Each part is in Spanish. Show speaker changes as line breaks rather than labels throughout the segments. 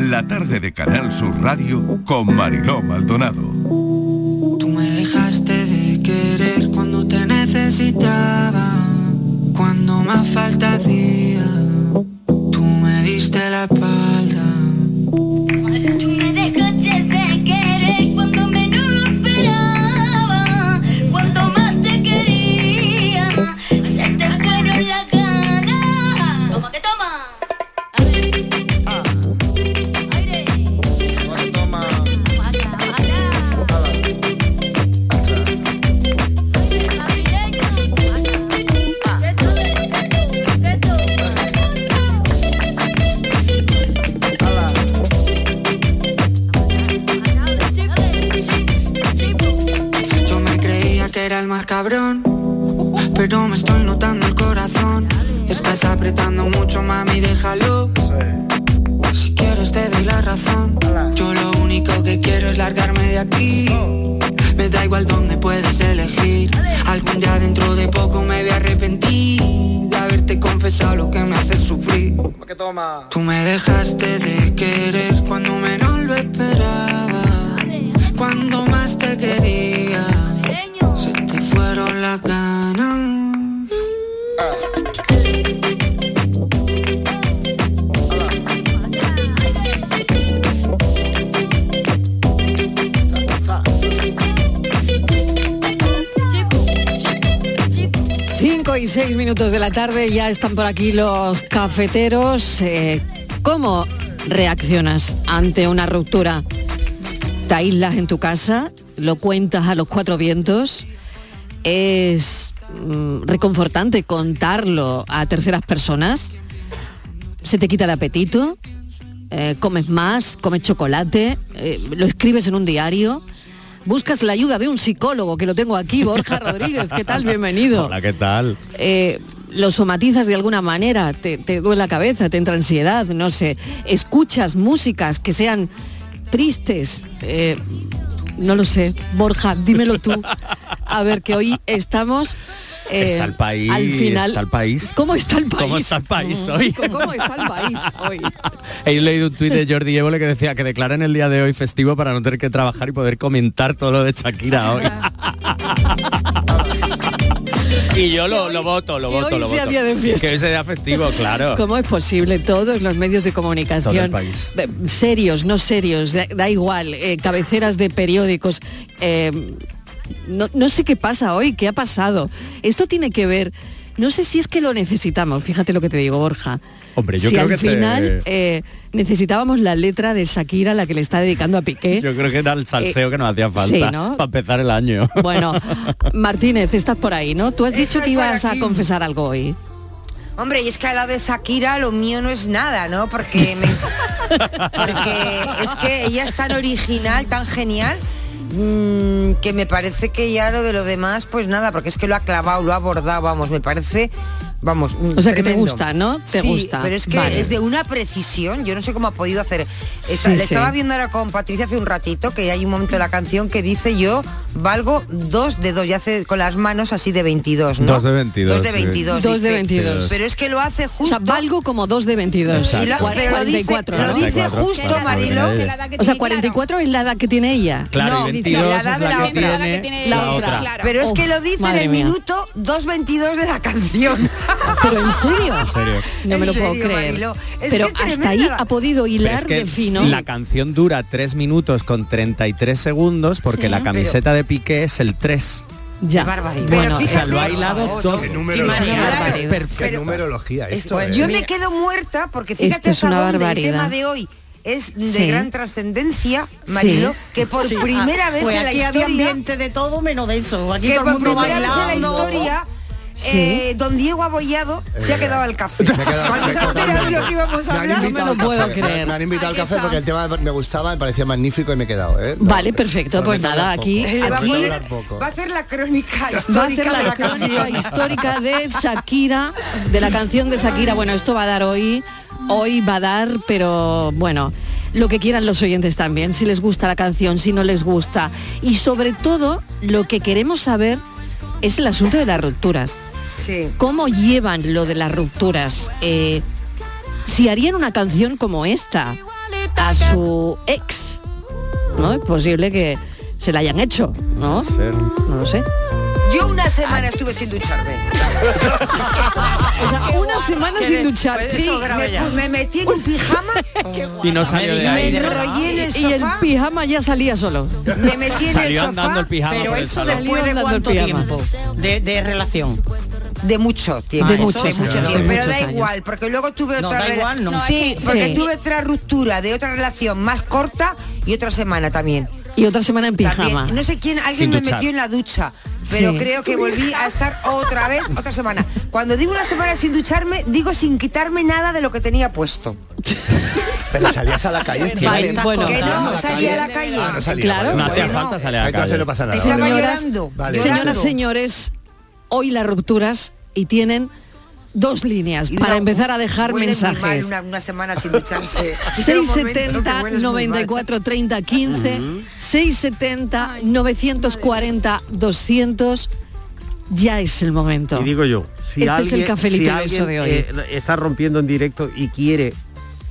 La tarde de Canal Sur Radio con Mariló Maldonado.
Tú me dejaste de querer cuando te necesitaba, cuando más falta hacía. Tú me diste la espalda.
Tú me dejaste de querer cuando menos lo esperaba, cuando más te quería, se te fueron la gana. Toma que toma.
Yo me creía que era el más cabrón, pero me estoy notando el corazón. Estás apretando mucho, mami, déjalo. Si quieres te doy la razón. Yo lo único que quiero es largarme de aquí. Me da igual dónde puedes elegir. Algún día dentro de poco me voy a arrepentir de haberte confesado lo que me hace sufrir. Tú me dejaste de querer cuando menos lo esperaba. Cuando más te quería, se te fueron las ganas.
Cinco y seis minutos de la tarde, ya están por aquí los cafeteros. Eh, ¿Cómo reaccionas ante una ruptura? ¿Te aíslas en tu casa? ¿Lo cuentas a los cuatro vientos? ¿Es mm, reconfortante contarlo a terceras personas? ¿Se te quita el apetito? Eh, ¿Comes más? ¿Comes chocolate? Eh, ¿Lo escribes en un diario? ¿Buscas la ayuda de un psicólogo que lo tengo aquí, Borja Rodríguez? ¿Qué tal? Bienvenido.
Hola, ¿qué tal?
eh, lo somatizas de alguna manera, te, te duele la cabeza, te entra ansiedad, no sé, escuchas músicas que sean tristes, eh, no lo sé, Borja, dímelo tú, a ver que hoy estamos... eh,
Está el país,
al final,
está el país.
¿Cómo está el país?
¿Cómo está el país hoy?
¿Cómo está el país hoy?
He leído un tuit de Jordi Évole que decía que declaren el día de hoy festivo para no tener que trabajar y poder comentar todo lo de Shakira hoy. y yo lo, lo voto, lo
que
voto,
hoy
lo
sea
voto.
día de fiesta.
Que hoy sea día festivo, claro.
¿Cómo es posible? Todos los medios de comunicación,
Todo el país.
eh, serios, no serios, da, da igual, eh, cabeceras de periódicos. eh, no, no sé qué pasa hoy, qué ha pasado. Esto tiene que ver, no sé si es que lo necesitamos, fíjate lo que te digo, Borja.
Hombre, yo
si
creo
al
que te-
final eh, necesitábamos la letra de Shakira, la que le está dedicando a Piqué.
Yo creo que era el salseo
Eh,
que nos hacía falta
sí, ¿no?
para empezar el año.
Bueno, Martínez, estás por ahí, ¿no? Tú has dicho que
Estoy por
ibas a
aquí.
confesar algo hoy.
Hombre, y es que al lado de Shakira lo mío no es nada, ¿no? Porque, me- porque es que ella es tan original, tan genial, mm, que me parece que ya lo de lo demás, pues nada, porque es que lo ha clavado, lo ha abordado, vamos, me parece, vamos, mm,
O sea, que te
tremendo.
gusta, ¿no? Te
sí,
gusta.
pero es que
Vale.
es de una precisión, yo no sé cómo ha podido hacer. Esta-
Sí,
le
sí.
estaba viendo ahora con Patricia hace un ratito, que hay un momento de la canción que dice yo valgo dos de dos, y hace con las manos así de 22, ¿no?
Dos de 22,
Dos de
sí.
22.
Dos de
dice.
22.
Pero es que lo hace
O
justo
sea, valgo como 2 de 22.
y lo-
Exacto.
Cua-
pero lo dice,
44,
lo
¿no?
dice
44,
justo,
claro,
Marilo.
porque-
O sea, 44 es la edad que tiene ella.
Claro,
No,
y
dice,
22
la
es
edad de
la
la
que
otra.
tiene la otra.
Pero es que lo dice en
madre
el
mía.
minuto 2.22 de la canción.
Pero en serio. En
serio.
No me
En
lo puedo
serio,
creer.
Mariló.
Pero
Es que es
hasta
tremenda
ahí
la-
ha podido
Pero
hilar
es que
de fino.
La canción dura 3 minutos con 33 segundos porque la camiseta de Piqué es el 3.
Ya.
Barbaridad.
Bueno,
Pero
O sea,
fíjate,
lo ha
por
hilado
favor,
todo.
qué
Sí,
numerología,
claro.
Es
Qué
qué eh.
perfecto.
numerología esto es.
Yo me quedo muerta porque fíjate
Esto es
hasta
una
dónde
barbaridad.
el tema de hoy es de
Sí.
gran trascendencia, Marilo,
Sí. Ah,
que por primera vez
pues
en la
aquí había
historia
ambiente de todo menos de eso. Aquí
que
todo el
por
mundo
primera vez en la
bailando.
historia
Sí.
eh, don Diego Abollado se ha quedado al café.
Me he quedado-
Cuando se ha enterado de lo que íbamos a
Me han
hablar,
invitado
No me lo
al
puedo
café,
creer.
Me han invitado al
Aquí
café porque el tema me gustaba, me parecía magnífico y me he quedado. ¿eh?
Vale, perfecto, pues
me queda
nada,
poco.
aquí-
Me
Le va, a
queda
poner-
poco.
va a hacer la crónica
Va a hacer
histórica de
la
la
crónica
canción.
histórica de Shakira, de la canción de Shakira. Bueno, esto va a dar hoy, hoy va a dar, pero bueno, lo que quieran los oyentes también, si les gusta la canción, si no les gusta. Y sobre todo, lo que queremos saber es el asunto de las rupturas.
Sí.
¿Cómo llevan lo de las rupturas? Eh, si harían una canción como esta, a su ex. ¿No? Es posible que se la hayan hecho, ¿no? No lo sé.
Yo una semana estuve sin ducharme.
una semana
Que
sin
de-
duchar.
pues
Sí,
eso
me
graba ya.
pu-
me metí en un pijama,
Y no salió de
me
ahí.
Ah,
enrollé en el
y el
sofá,
pijama ya salía solo.
me metí en el
Salió andando
sofá
el pijama
Pero
por el
eso
salón.
después de
Salió andando
cuánto
el pijama.
tiempo de, de relación.
de mucho tiempo.
Ah,
eso
muchos
años,
tiempo,
de
Pero
muchos
da
años.
igual, porque luego tuve
No,
otra
da
rela-
igual, no.
Sí,
Sí.
porque
Sí.
tuve otra ruptura de otra relación más corta y otra semana también.
Y otra semana en
También,
pijama.
no sé quién, alguien
Sin
me
duchar.
metió en la ducha, pero
Sí.
creo que volví a estar otra vez, otra semana. Cuando digo una semana sin ducharme, digo sin quitarme nada de lo que tenía puesto.
Pero salías a la calle, Estíbaliz.
Vale, bueno.
¿Por qué
No, salí a la calle.
Ah, no salía,
Claro.
No hacía
bueno.
falta salir a la
Entonces
calle.
no pasa nada.
Estaba
vale.
llorando.
Vale.
Señoras,
llorando.
señores, hoy las rupturas y tienen dos líneas
Y
para
no,
empezar a dejar
huele muy mal
mensajes.
una, una semana sin ducharse. Llega un momento que
670
hueles muy mal.
94 30 15 670 940 200 ya es el momento.
Y digo yo, si
Este es
alguien,
el cafelito
si
y beso
alguien
de hoy.
eh, está rompiendo en directo y quiere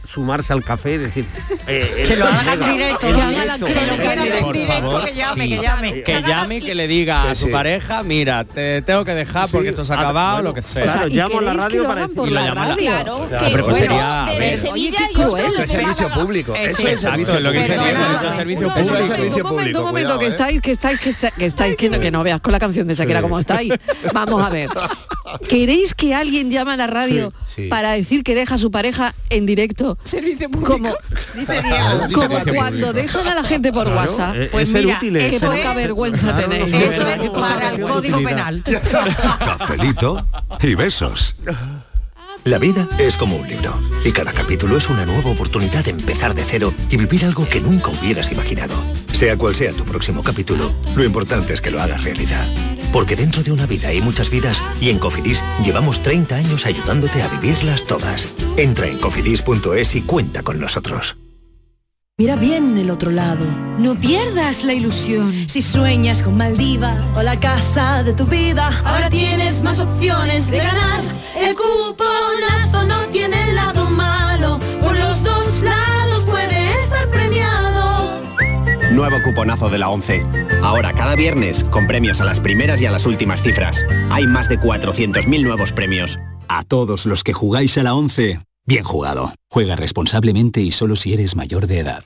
sumarse al café, es decir, eh,
Que lo
el-
hagan en
el-
directo.
el
Que hagan la
directo.
crónica en directo.
Por
directo,
favor,
que llame,
sí.
que llame.
Que llame y que le diga a
Sí,
su
sí.
pareja, mira, te tengo que dejar
Sí,
porque esto se ha
ah,
acabado,
bueno,
lo que sea.
claro,
O sea, ¿y
llamo a la
queréis que
radio
lo
para
hagan
decir,
por
y lo
la
llama a la-
radio?
Claro,
Claro,
que
hombre, pues
bueno,
sería, a
desde
ver.
Sevilla
Oye, qué
y otro
cruel.
desde
Esto es servicio
Málaga.
público. Eso
Eh,
Eso,
es
Exacto,
servicio
es lo que dice
público.
Gemma,
Perdona,
es servicio
Un
Eso es
momento,
público.
servicio
un momento,
público,
un momento,
cuidado,
que
¿eh?
estáis, que estáis, que estáis, que estáis, que, no, que no veas con la canción de Shakira como estáis. Vamos a ver. ¿Queréis que alguien llame a la radio
Sí, sí.
para decir que deja a su pareja en directo?
Servicio público.
Como,
Dice Diego.
Claro, dice
como
servicio
cuando
público.
dejan a la gente por WhatsApp.
eh,
Pues
es ser
mira,
útiles.
Qué
eso
poca
es-
vergüenza
Claro,
tenéis.
no sé,
Eso
¿verdad?
es para el
Utilidad.
código penal.
Cafelito y besos.
La vida es como un libro y cada capítulo es una nueva oportunidad de empezar de cero y vivir algo que nunca hubieras imaginado. Sea cual sea tu próximo capítulo, lo importante es que lo hagas realidad. Porque dentro de una vida hay muchas vidas y en Cofidis llevamos 30 años ayudándote a vivirlas todas. Entra en cofidis.es y cuenta con nosotros.
Mira bien el otro lado. No pierdas la ilusión. Si sueñas con Maldivas o la casa de tu vida, ahora tienes más opciones de ganar. El cuponazo no tiene el lado malo. Por los dos lados puede estar premiado.
Nuevo cuponazo de la 11. Ahora cada viernes con premios a las primeras y a las últimas cifras. Hay más de 400.000 nuevos premios. A todos los que jugáis a la 11, bien jugado. Juega responsablemente y solo si eres mayor de edad.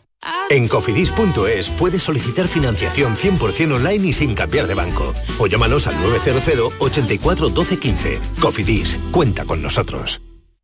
En
cofidis.es puedes solicitar financiación 100% online y sin cambiar de banco. O llámanos al 900 84 12 15. Cofidis, cuenta con nosotros.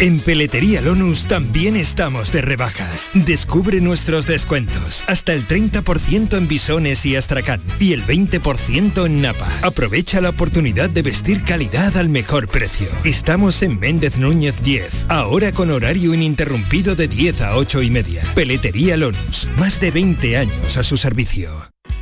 En Peletería Lonus también estamos de rebajas. Descubre nuestros descuentos. Hasta el 30% en bisones y astracán y el 20% en napa. Aprovecha la oportunidad de vestir calidad al mejor precio. Estamos en Méndez Núñez 10, ahora con horario ininterrumpido de 10 a 8 y media. Peletería Lonus, más de 20 años a su servicio.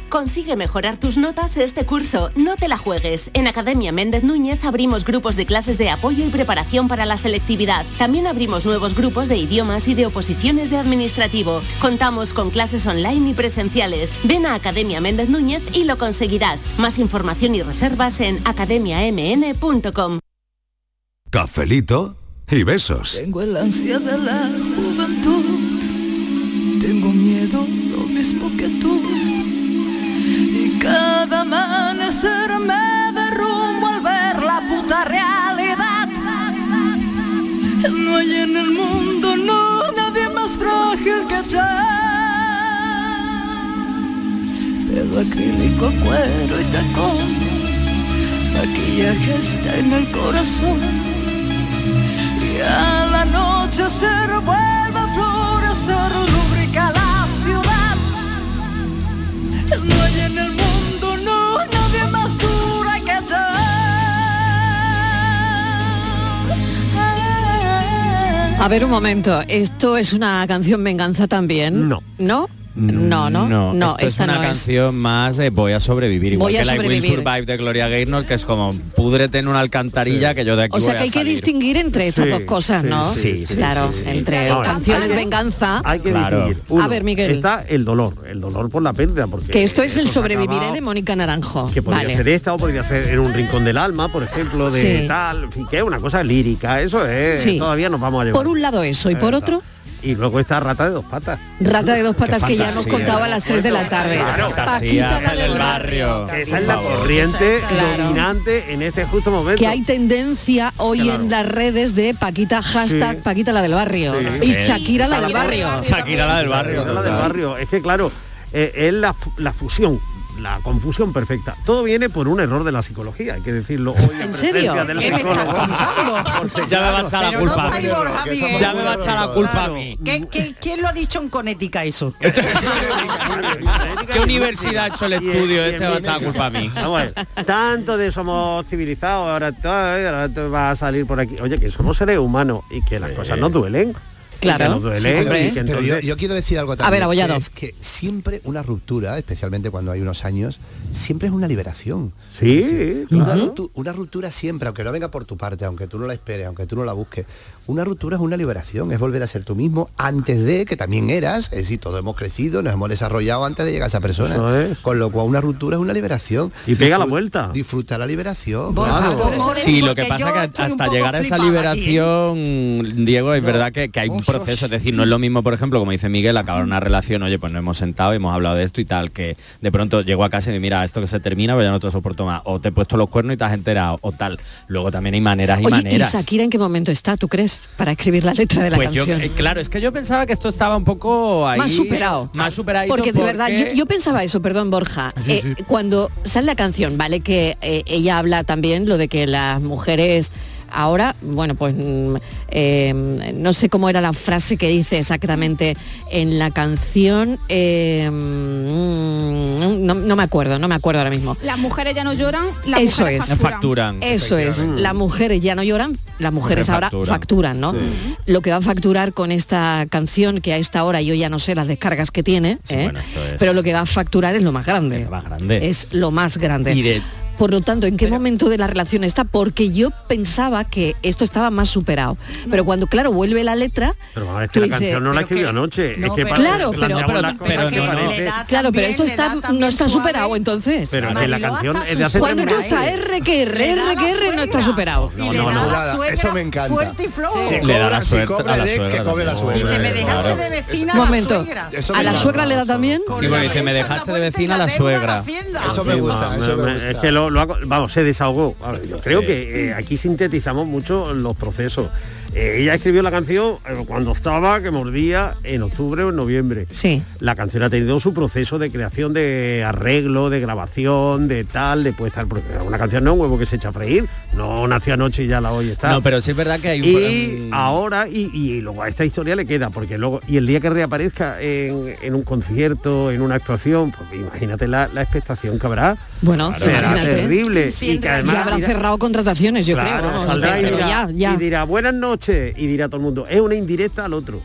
Consigue mejorar tus notas este curso. No te la juegues. En Academia Méndez Núñez abrimos grupos de clases de apoyo y preparación para la selectividad. También abrimos nuevos grupos de idiomas y de oposiciones de administrativo. Contamos con clases online y presenciales. Ven a Academia Méndez Núñez y lo conseguirás. Más información y reservas en academiamn.com.
Cafelito y besos.
Tengo el ansia de la juventud. Tengo miedo, lo mismo que tú. Y cada amanecer me derrumbo al ver la puta realidad. No hay en el mundo, no, nadie más frágil que yo. Pero acrílico, cuero y tacón, maquillaje está en el corazón. Y al anochecer vuelve a florecer, lubrica la ciudad. No hay en el mundo no, nadie más dura que yo.
A ver un momento, esto es una canción venganza también.
No.
¿No? No, no, no, esta
esto es una
no es.
canción más de voy a sobrevivir, igual
Voy a
que la Will
sobrevivir.
Survive de Gloria Gaynor, que es como púdrete en una alcantarilla que yo de aquí
O sea que
voy a
hay que
salir.
distinguir entre estas
Sí,
dos cosas,
sí,
¿no?
sí, sí,
claro,
sí, sí.
entre
Ahora,
canciones
hay que-
venganza.
Hay que distinguir. Uno,
A ver, Miguel.
Está el dolor, el dolor por la pérdida, porque
que esto es el
esto se ha
sobreviviré
acabado,
de Mónica Naranjo.
Que podría
vale.
ser esta o podría ser en un rincón del alma, por ejemplo, de
Sí.
tal, en fin, que es una cosa lírica, eso es,
Sí.
todavía nos vamos a llevar.
Por un lado eso y por
Ahí
otro
Y luego está rata de dos patas.
Rata de dos patas que ya hemos
fantasía.
contado a las 3 de la tarde.
Claro.
Paquita la del
barrio.
Esa es la corriente
Claro.
dominante en este justo momento.
que hay tendencia hoy en las redes de Paquita hashtag
Sí.
Paquita la del barrio
Sí.
y Shakira la del barrio.
Shakira la del barrio.
La del
total.
barrio. Es que claro, eh, es la, fu- la fusión, la confusión perfecta. Todo viene por un error de la psicología, hay que decirlo hoy.
¿En serio?
presencia del
¿Qué me estás
psicólogo. Porque,
Ya me va a echar la
claro,
culpa.
pero no,
Borja,
que
Miguel.
somos
Ya me va a echar la
claro.
culpa a mí.
¿Qué- qué- quién lo ha dicho en Conética eso?
¿Qué universidad ha hecho el
Y en-
estudio?
y en
Este va a
mi-
echar la culpa a mí.
Vamos a ver, tanto de somos civilizados, ahora, to- eh, ahora te va a salir por aquí. Oye, que somos seres humanos y que las cosas nos duelen. y que
Claro.
nos duelen,
Sí, hombre.
y que
Pero
entonces-
yo, yo quiero decir algo
A
también.
ver, Abollado.
que Es que siempre una ruptura, especialmente cuando hay unos años, siempre es una liberación.
Sí,
Es decir, una,
claro.
ruptu- una ruptura siempre, aunque no venga por tu parte, aunque tú no la esperes, aunque tú no la busques, una ruptura es una liberación, es volver a ser tú mismo antes de que también eras, es decir, todos hemos crecido, nos hemos desarrollado antes de llegar a esa
Eso
persona.
es.
Con lo cual una ruptura es una liberación.
Y pega la
Disfrut-
vuelta.
Disfruta la liberación.
Borja,
claro.
por eso Sí, lo que pasa que hasta llegar a esa
¿eh?
liberación, Diego, es verdad que, que hay un proceso, es decir, no es lo mismo, por ejemplo, como dice Miguel, acabar una relación, oye, pues nos hemos sentado, hemos hablado de esto y tal, que de pronto llego a casa y digo, mira, esto que se termina, pues ya no te soporto más, o te he puesto los cuernos y te has enterado, o tal. Luego también hay maneras y
Oye,
maneras.
¿y Shakira en qué momento está, tú crees, para escribir la letra de la
Pues yo,
canción?
eh, claro, es que yo pensaba que esto estaba un poco ahí...
más superado.
Más superado.
Porque de verdad, yo, yo pensaba eso, perdón Borja,
Ah,
eh, cuando sale la canción, ¿vale? Que eh, ella habla también lo de que las mujeres ahora, bueno, pues mm, eh, no sé cómo era la frase que dice exactamente en la canción, eh, mm, no, no me acuerdo, no me acuerdo ahora mismo.
Las mujeres ya no lloran, las
Eso
mujeres
es.
facturan.
Eso es. Las mujeres ya no lloran, las mujeres
Mujeres
ahora
facturan.
facturan, ¿no?
Sí.
Lo que va a facturar con esta canción, que a esta hora yo ya no sé las descargas que tiene, ¿eh?
bueno, esto es-
pero lo que va a facturar es lo más grande.
más grande.
Es lo más grande.
Y de-
Por lo tanto, ¿en qué momento de la relación está? Porque yo pensaba que esto estaba más superado. Pero cuando, claro, vuelve la letra...
Pero vamos a ver, que
Tú
la
dices-
canción no la
pero
escribió anoche. es que
pero-
parece
Claro,
que
pero-
planteamos
pero-
las
pero
cosas que
no, no.
parece-
Claro, pero esto está, no está superado entonces.
Pero es que la canción es de hace
Cuando
tres
tú usas R que R, R que R no está superado.
No, no, no.
Eso me encanta.
Fuerte y flojo.
Sí.
Le da la
si
suerte
cobra
a la
el ex,
suegra.
que cobre la
también.
suegra.
Hombre,
eh,
me dejaste
claro.
de
Pues
vecina a la
Momento. ¿A
suegra.
Eso me
la
encanta.
suegra le da también?
Sí, bueno, dice, me dejaste de vecina a la suegra.
Eso me gusta,
No,
eso
no,
me
no,
gusta.
Es que lo, lo hago- vamos, se desahogó. A ver, yo creo
Sí.
que eh, aquí sintetizamos mucho los procesos. Eh, ella escribió la canción eh, cuando estaba, que mordía, en octubre o en noviembre.
Sí.
La canción ha tenido su proceso de creación de arreglo, de grabación, de tal, de puesta al... porque Una canción no es un huevo que se echa a freír, no nació anoche y ya la hoy está.
No, pero sí es verdad que hay un-
Y
un-
ahora, y, y luego a esta historia le queda, porque luego, y el día que reaparezca en, en un concierto, en una actuación, pues imagínate la, la expectación que habrá.
Bueno,
será
imagínate.
terrible. y que además
ya habrán
dirá-
cerrado contrataciones, yo
Claro,
creo. vamos,
saldrá y
pero
dirá,
ya, ya.
y dirá, buenas noches, y dirá todo el mundo, es una indirecta al otro.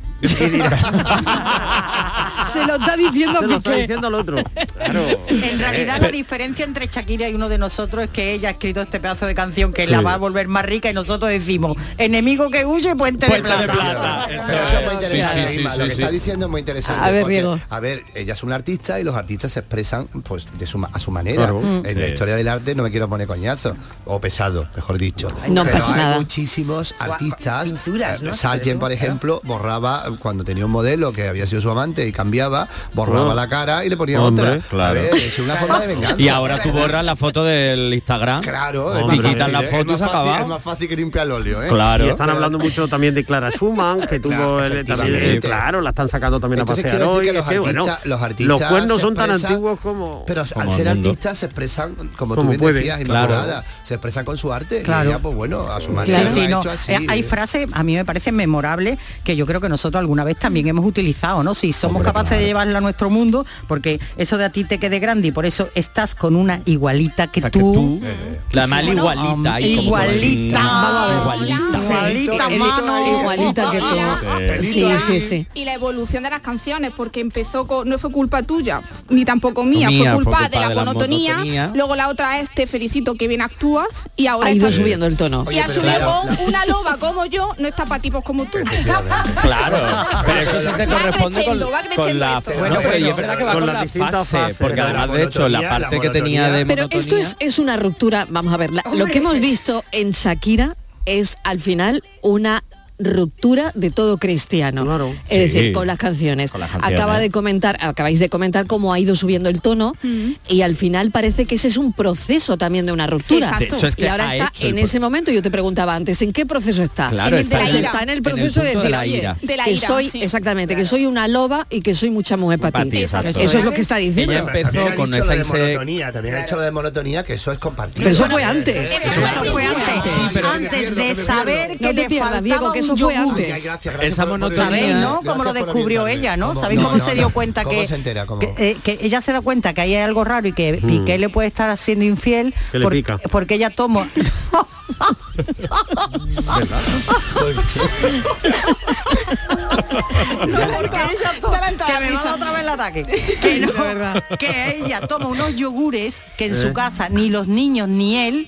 Se lo está diciendo
Se lo está
Piqué.
diciendo al otro. ¿eh? Claro.
En realidad la
Pero-
diferencia entre Shakira y uno de nosotros es que ella ha escrito este pedazo de canción que la
Sí.
va a volver más rica y nosotros decimos, enemigo que huye, puente,
Puente
de
de
plata.
plata.
Pero eso es muy
Sí,
interesante,
sí, sí,
Inma,
sí,
lo que
sí.
está diciendo es muy interesante.
A ver,
porque,
Diego.
A ver, ella es una artista y los artistas se expresan pues de su, ma- a su manera.
Claro.
En
Mm.
la
Sí.
historia del arte no me quiero poner coñazo, o pesado, mejor dicho.
No
Pero
pasa
hay
nada.
muchísimos artistas.
pinturas, ¿no?
Sargent, por ejemplo, borraba, cuando tenía un modelo que había sido su amante y cambiaba, borraba
Oh.
la cara y le ponía
Hombre,
otra.
Ah. claro.
A ver, es una forma de venganza.
Y ahora tú borras la foto del Instagram.
Claro,
Y
es más
quitas
fácil,
la
¿eh?
foto y
es,
se
más fácil,
acaba.
es más fácil que limpiar el óleo, ¿eh?
Claro.
Y están hablando mucho también de Clara Schumann, que tuvo
Claro,
el, también,
efectivamente.
eh, claro, la están sacando también
Entonces
a pasear
quiero
hoy.
decir que
es
los
que,
artistas,
bueno,
los artistas
cuernos
se
son tan
expresan-
antiguos como...
Pero
como
al
el
ser
mundo.
artistas se expresan, como,
Como
tú bien
pueden,
decías,
claro.
Inmaculada, se expresan con su arte.
Claro.
Y ella, pues bueno, a su manera
Claro,
lo
sí,
ha
no.
hecho así.
Eh, Hay frases, a mí me parecen memorables, que yo creo que nosotros alguna vez también hemos utilizado, ¿no? Si somos capaces gusta llevarlo a nuestro mundo, porque eso de a ti te quede grande y por eso estás con una igualita que, tú.
eh,
La mal
Bueno,
igualita. ahí como-
igualita.
Vamos a ver.
Igualita,
Sí,
mano.
igualita que tú.
Sí.
Sí, sí, sí.
Y la evolución de las canciones, porque empezó con, no fue culpa tuya, ni tampoco mía,
Mía,
fue, culpa
fue culpa
de la,
de la
monotonía.
monotonía.
Luego la otra es te felicito que bien actúas y ahora
Ha ido
está-
subiendo el tono.
Y ha subido con una loba como yo, no está para tipos como tú.
Claro, pero eso sí se
Va
corresponde con,
creciendo, va creciendo
con la
esto.
no,
Bueno,
pero
bueno,
y es verdad que va
con
con,
las
la
distintas
fase,
fases,
porque
la
además de hecho la
monotonía,
parte
la
que tenía de
monotonía.
Pero esto
monotonía-
es, es una ruptura, vamos a ver, la- lo que hemos visto en Shakira es al final una ruptura de todo cristiano. Es
Sí.
decir, con las canciones.
Con las canciones.
Acaba de comentar, acabáis de comentar cómo ha ido subiendo el tono
Mm.
y al final parece que ese es un proceso también de una ruptura.
Exacto. De hecho, es que
y ahora
ha
está
hecho el
en ese momento, yo te preguntaba antes, ¿en qué proceso está?
Claro, En el de está la en el- ira.
está en
en
el
el
proceso de
punto de
decir,
la
oye,
ira.
De la
que
ira,
soy,
sí.
exactamente, que soy una loba y que soy mucha mujer para
ti,
ti. Eso
exacto.
es lo que está diciendo.
Ella empezó
También ha
con
dicho
esa
lo de
inse-
monotonía, también ha hecho lo de monotonía, que eso es compartido.
Pero eso fue antes.
Eso fue antes. antes de saber que
No te
le
pierdas,
faltaba
Diego, que eso
un
fue
yogur.
antes.
Ay, gracias, gracias
Esa
por- por-
¿Sabéis,
monotonía.
no? Cómo lo descubrió ella, ¿no?
¿Cómo?
¿Sabéis
No,
cómo
no,
se dio
no.
cuenta
¿Cómo
que,
se entera? ¿Cómo?
que, eh, que ella se da cuenta que ahí hay algo raro y que
Mm.
Piqué le puede estar haciendo infiel
Que le
por-
pica.
porque ella toma que me va a dar otra vez el ataque. Que, no, que ella toma unos yogures que en
Eh.
su casa ni los niños ni él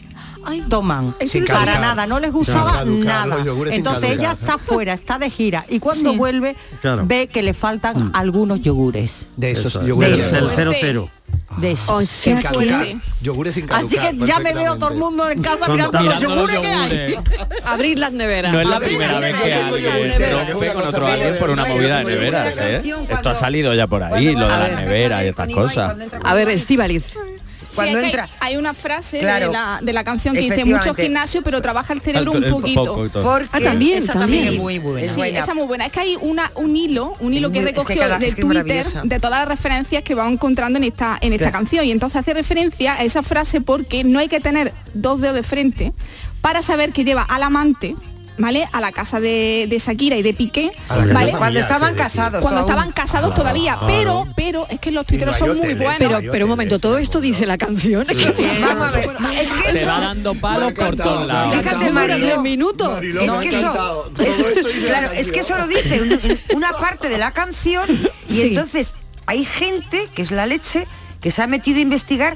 toman
Sin
para
caducar.
nada, no les gustaba
Sin caducar,
nada.
los yogures sin
Entonces ella
caducar.
está fuera, está de gira y cuando
Sí.
vuelve
Claro. Mm.
ve que le faltan algunos yogures.
De esos
Eso es.
yogures.
De
Del
esos.
00.
De esos.
Sin
Qué
caducar.
fuerte.
Yogures sin
Así
caducar,
que ya me veo todo el mundo en casa mirando los yogures que hay.
Abrir las neveras.
No es la
Abrir
primera
las
vez que
neveras.
alguien rompe con otro alguien por una movida de neveras, ¿eh? Esto ha salido ya por ahí, lo de la nevera y estas cosas.
A ver, Estivaliz.
Sí,
Cuando
es que
entra-
hay- hay, una frase
Claro.
de, la, de la canción que dice mucho
Efectivamente.
gimnasio pero trabaja el cerebro
Alto-
un
el
poquito.
poco y todo. Porque-
Ah, también,
Esa también
también.
es muy buena.
Es
Sí,
buena.
esa es muy buena. Es que hay una, un hilo, un hilo
Es
que
muy- es que
recogió
cada-
de
es que es
Twitter
maravillosa.
de todas las referencias que va encontrando en esta, en esta
Claro.
canción. Y entonces hace referencia a esa frase porque no hay que tener dos dedos de frente para saber que lleva al amante. ¿Vale? A la casa de, de Shakira y de Piqué.
A la casa
¿vale?
familiar, Cuando estaban quiero decir. casados
Cuando
aún.
estaban casados
Ah,
todavía.
claro. ¿eh?
Pero, pero es que los títulos son muy buenos.
Pero, pero un momento, todo esto dice la canción.
Sí.
Vamos a ver.
Es que
Te
eso-
va dando palo por todos lados.
Fíjate, Mariló,
tres minutos.
Mariló, Es que eso, es, claro, es que eso lo dice un- una parte de la canción y entonces hay gente que es la leche que se ha metido a investigar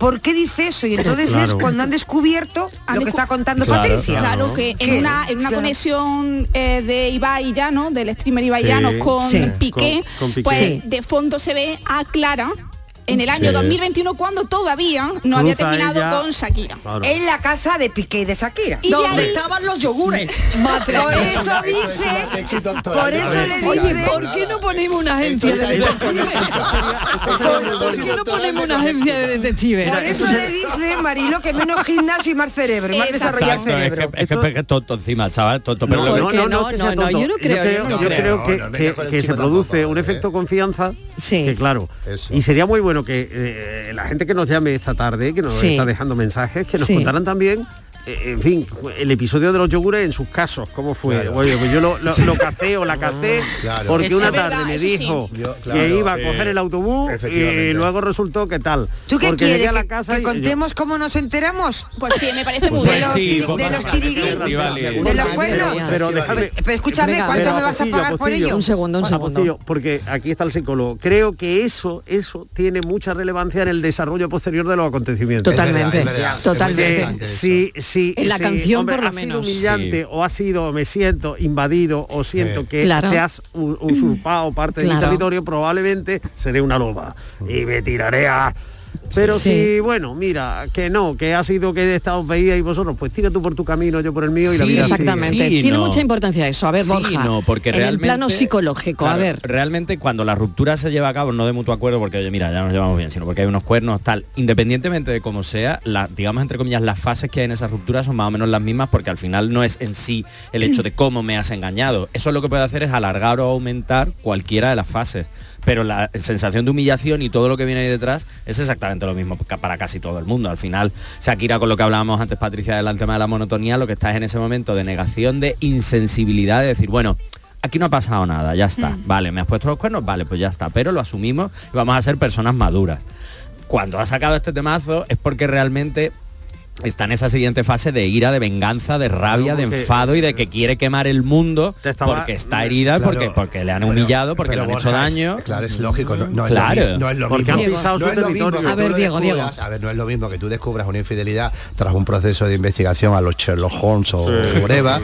por qué dice eso y entonces es
Claro.
cuando han descubierto lo que está contando
Claro,
Patricia.
Claro, que en una, en una
Claro.
conexión eh, de Ibai Llano, del streamer Ibai
Sí,
Llano con,
sí.
Piqué,
Con- con Piqué.
pues
Sí.
de fondo se ve a Clara en el año
Sí.
2021 cuando todavía no había
Cruza
terminado
ella-
con Shakira.
Claro. En la casa de Piqué y de Shakira.
Y de ahí-
estaban los yogures?
Por eso
Qué
dice,
éxito doctoral.
por eso le
Oye,
dice,
¿Por qué no ponemos una agencia de ¿Por qué no ponemos una agencia de detectives?
por eso le dice Marilo que menos gimnasio y más cerebro, y más desarrollado
Exacto,
cerebro.
es que- es que es que tonto encima, chaval, tonto. pero lo que-
no, no,
que
no,
sea
no,
tonto.
yo no creo, yo no
yo
creo.
creo que,
No, no,
que-
venga con el
que se
chico
produce un
eh.
efecto confianza. Que claro. Y sería muy bueno que eh, la gente que nos llame esta tarde, que nos
Sí.
está dejando mensajes, que nos
Sí.
contaran también. eh, En fin, el episodio de los yogures en sus casos, ¿cómo fue?
Claro.
Oye, pues yo lo, lo,
Sí.
lo cacé o la cacé
Claro.
porque
Eso
una
es verdad,
tarde me
eso sí.
dijo
Yo,
que
claro,
iba a
sí.
coger el autobús y
Efectivamente.
luego resultó que tal.
¿Tú qué
porque llegué
quieres?
a la
¿Que-
casa
¿Que,
y yo-
contemos cómo nos enteramos?
Pues sí, me parece
muy Pues bien. sí,
De los,
vamos
tiri-
a
de los tiriguín,
Estivali.
de los
Pero-
cuernos.
pero déjame-
Pero escúchame,
Venga,
¿cuánto
pero
me vas a
Apostillo,
pagar por
Apostillo.
ello?
Apostillo, porque aquí está el psicólogo. Creo que eso, eso tiene mucha relevancia en el desarrollo posterior de los acontecimientos.
Totalmente, Es verdad, es verdad. totalmente.
Eh, sí, sí.
En la
sí,
canción,
hombre,
por lo
ha sido
menos.
humillante
Sí.
o ha sido, me siento invadido o siento que
Claro.
te has u- usurpado parte de mi
Claro.
territorio, probablemente seré una loba y me tiraré a... Pero
Sí.
si, bueno, mira, que no, que ha sido que he estado veía y vosotros, pues tira tú por tu camino, yo por el mío y la
Sí,
vida. sigue.
Exactamente.
Sí,
Tiene
no.
mucha importancia eso. A ver,
Sí,
Borja.
no, porque
en
realmente-
el plano psicológico, a
Claro,
ver.
Realmente cuando la ruptura se lleva a cabo, no de mutuo acuerdo, porque oye, mira, ya nos llevamos bien, sino porque hay unos cuernos, tal, independientemente de cómo sea, la, digamos entre comillas, las fases que hay en esa ruptura son más o menos las mismas porque al final no es en sí el hecho de cómo me has engañado. Eso lo que puede hacer es alargar o aumentar cualquiera de las fases. Pero la sensación de humillación y todo lo que viene ahí detrás es exactamente lo mismo ca- para casi todo el mundo. Al final, Shakira, con lo que hablábamos antes, Patricia, del tema de la monotonía, lo que está es en ese momento de negación, de insensibilidad, de decir, bueno, aquí no ha pasado nada, ya está.
Mm.
Vale, me has puesto los cuernos, vale, pues ya está. Pero lo asumimos y vamos a ser personas maduras. Cuando ha sacado este temazo es porque realmente está en esa siguiente fase de ira, de venganza, de rabia, de
porque-
enfado y de que quiere quemar el mundo porque está herida,
claro,
porque, porque le han
pero-
humillado, porque
pero
le han hecho
Borja, es-
daño.
claro, es lógico, no, no es
Claro.
lo mismo. No es lo
Porque han
mismo.
pisado
No
su
es lo mismo
territorio.
que
A ver,
tú lo
Diego, Diego.
descubras- A ver, no es lo mismo que tú descubras una infidelidad tras un proceso de investigación a los Sherlock Holmes o whatever,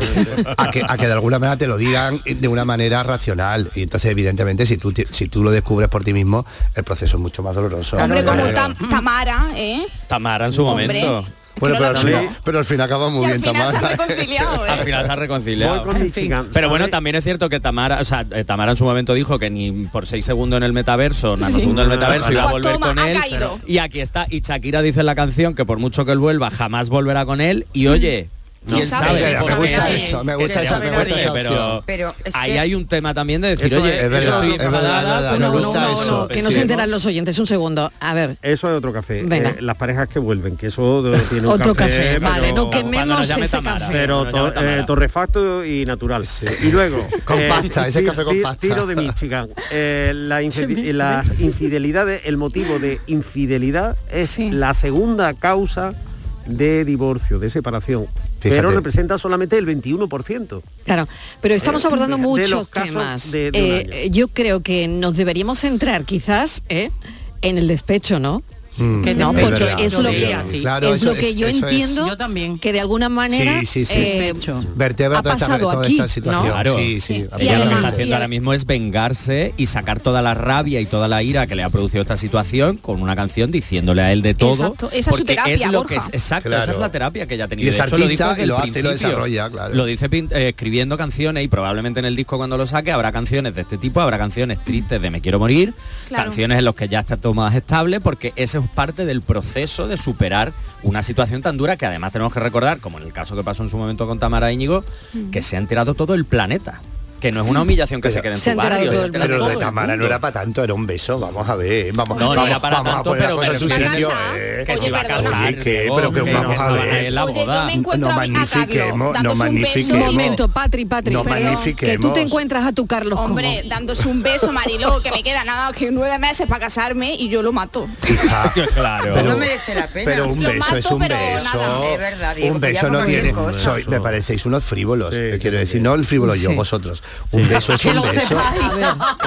a que, a que de alguna manera te lo digan de una manera racional. Y entonces, evidentemente, si tú, ti- si tú lo descubres por ti mismo, el proceso es mucho más doloroso.
Hombre,
Yo
como
creo.
Tam- Tamara, ¿eh?
Tamara en su
Hombre.
momento.
Bueno, pero al, final, pero al final acaba muy bien, Tamara.
Al final se ha reconciliado.
Voy con Michigan,
Pero bueno, también es cierto que Tamara, o sea, eh, Tamara en su momento dijo que ni por seis segundos en el metaverso, nanosegundos en el metaverso iba a volver
Pues Toma,
con
ha
él.
caído.
Y aquí está, y Shakira dice en la canción que por mucho que él vuelva, jamás volverá con él. Y oye,
No
quién
sabe,
sabe.
pero me
Porque
gusta
él-
eso, me
que
gusta
te
esa- me gusta
oye,
esa opción.
pero,
Pero es
ahí
que-
hay un tema también de decir,
Eso
oye,
es verdad,
estoy
es verdad, es
enfadada,
verdad,
pero
me
no,
gusta
no,
eso.
no,
Que no se enteran los oyentes, un segundo. A ver.
Eso es otro café.
Venga.
Eh, las parejas que vuelven, que eso de- tiene un
Otro café,
pero-
vale, no quememos Cuando nos llame ese Tamara, café.
Pero
cuando nos
to-
llame
eh,
Tamara.
torrefacto y natural. Y luego...
Con pasta, ese
ti-
café con
ti-
pasta.
Tiro de Michigan. Eh, la infi- las infidelidades, el motivo de infidelidad es la segunda causa de divorcio, de separación. Pero representa solamente el 21%.
Claro, pero estamos
Eh,
abordando
de
muchos
los casos
temas.
de- de un
Eh,
año.
eh, yo creo que nos deberíamos centrar quizás ¿eh? en el despecho, ¿no?
Mm,
Que no,
es
porque
verdad.
es lo que,
Claro,
es
eso
lo que yo
eso es.
entiendo que de alguna manera
Sí, sí, sí.
eh,
Vertebra
ha
toda esta,
pasado
toda
aquí,
esta situación.
Claro.
Sí, sí.
Ella lo que está
absolutamente.
haciendo ahora mismo es vengarse y sacar toda la rabia y toda la ira que le ha producido esta situación con una canción diciéndole a él de todo.
Exacto, esa es su
porque
terapia,
es lo que
Borja.
es, exacto,
Claro.
esa es la terapia que ella ha tenido.
Y
De
es
hecho,
artista
desde
y lo
el
hace y lo
principio.
desarrolla, claro.
Lo dice pin- eh, escribiendo canciones y probablemente en el disco cuando lo saque habrá canciones de este tipo, habrá canciones tristes de Me quiero morir,
Claro.
canciones en las que ya está todo más estable porque ese es parte del proceso de superar una situación tan dura que además tenemos que recordar, como en el caso que pasó en su momento con Tamara Íñigo, que se ha enterado todo el planeta. Que no es una humillación que se quede en su barrio. se ha enterado
Pero lo
todo
de
el
Tamara no
mundo.
era para tanto, era un beso. Vamos a ver, vamos,
No, no
vamos,
era para
vamos
tanto,
a poner
pero
las cosas en su
que se
sitio.
casa,
eh.
que se iba a casar,
Oye, que-
que
pero que
que
vamos
no
a
van a
ver.
ir a la Oye, yo me boda. encuentro
no
a- a Carlos
magnifiquemos, no
dándose
Un
un beso.
magnifiquemos.
momento, Patri, Patri,
No
perdón, que tú
magnifiquemos.
te encuentras a tu Carlos Cobo.
Hombre, dándose un beso, Mariló, que me queda nada que nueve meses para casarme y yo lo mato.
Hija,
claro.
Pero,
No merece la pena.
pero un
Lo
beso
mato,
es un
pero
beso.
nada. De verdad, Diego,
un
que ya
beso no
por
tiene.
cualquier cosa.
soy- me parecéis unos frívolos. que quiero decir, no el frívolo yo,
Sí.
vosotros. Un beso es
Que
un
lo
beso.
sepáis.
A ver, a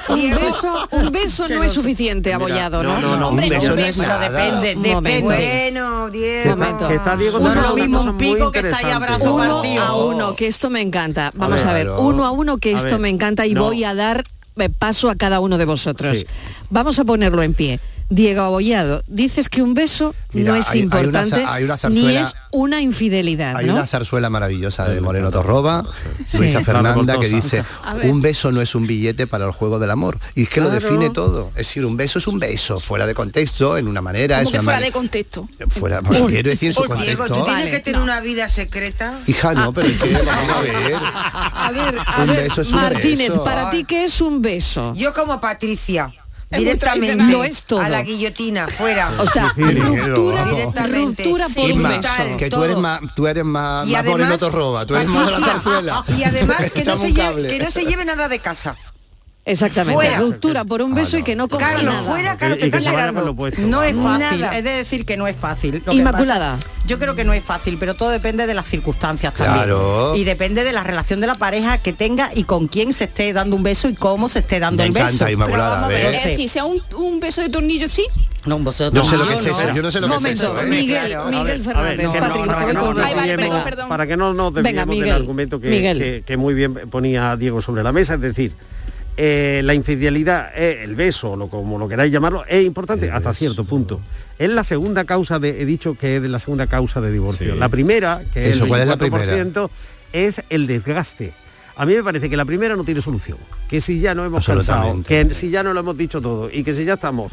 ver, un beso, un beso no es suficiente, abollado, ¿no?
no, no, no, un beso no es nada.
Un momento.
Bueno, Diego.
Que está Diego
Uno
tocando
lo
una
mismo,
cosa
un
muy
pico que está ahí
interesante.
abrazo Uno a uno, que esto me encanta. Vamos a ver,
Claro.
uno a uno, que
A
esto
ver,
me encanta y
no.
voy a dar eh, paso a cada uno de vosotros.
Sí.
Vamos a ponerlo en pie. Diego Abollado, dices que un beso
Mira,
no es
hay- hay una za-
importante
hay una
ni
zarzuela-
es una infidelidad,
Hay
Ah, ¿no?
una zarzuela maravillosa de Moreno Torroba,
Sí.
Luisa
Sí.
Fernanda,
La
que
revoltosa.
dice,
A ver.
un beso no es un billete para el juego del amor. Y es que lo
Claro.
define todo. Es decir, un beso es un beso, fuera de contexto, en una manera,
Como
es
que
una
fuera
mane-
de contexto.
fuera
pues,
bueno, quiero decir en su
Diego, tú
contexto.
tienes que tener una vida secreta.
Hija, no, pero es que vamos a ver.
A ver, a
Un
ver,
beso es un
Martínez,
beso.
¿para ti qué es un beso?
Yo como Patricia.
Es muy
Directamente
tradicional. Lo es todo.
a la guillotina, fuera.
O sea,
Sí,
ruptura,
vamos.
Ah, Directamente.
ruptura por
Y
un
más,
beso.
que tú eres más, tú eres más,
Y
más Moreno
además-
Torroba, tú eres más de la
Patricia,
zarzuela.
Y además que no,
Echamos
se
un
lleve,
cable.
que no se lleve nada de casa.
Exactamente,
Fuera.
ruptura por
Ah,
un beso y que no coja
Carlos,
nada.
fuera,
Eh,
Carlos,
Y
te
que
estás
se vayan con
liberando.
lo opuesto.
No es
Nada.
fácil, es de decir que no es fácil. Lo que
Inmaculada.
pasa- yo creo que no es fácil, pero todo depende de las circunstancias también.
Claro.
Y depende de la relación de la pareja que tenga y con quién se esté dando un beso y cómo se esté dando
Me
el beso.
encanta, Inmaculada,
Pero vamos a
¿ves?
ver,
Es decir, Eh, sea un, un beso de tornillo, sí.
No, un beso de
No sé lo
tornillo,
que es eso, yo no sé lo que es eso. ¿eh?
Miguel,
Claro,
Miguel
a ver,
A ver,
Fernández,
que no-
Patrick,
para, que
voy
no
con
nos
Ay, vale,
desviemos-
venga.
para que no nos desviemos
Venga, Miguel,
del argumento que,
Miguel.
que- que muy bien ponía Diego sobre la mesa, es decir, eh, la infidelidad, eh, el beso, lo, como lo queráis llamarlo, es importante hasta cierto punto. Es la segunda causa de, he dicho que es de la segunda causa de divorcio.
Sí.
La primera, que es
Eso,
el
¿cuál es la primera?
24%, es el desgaste. A mí me parece que la primera no tiene solución, que si ya no hemos cansado,
Absolutamente.
que si ya no lo hemos dicho todo y que si ya estamos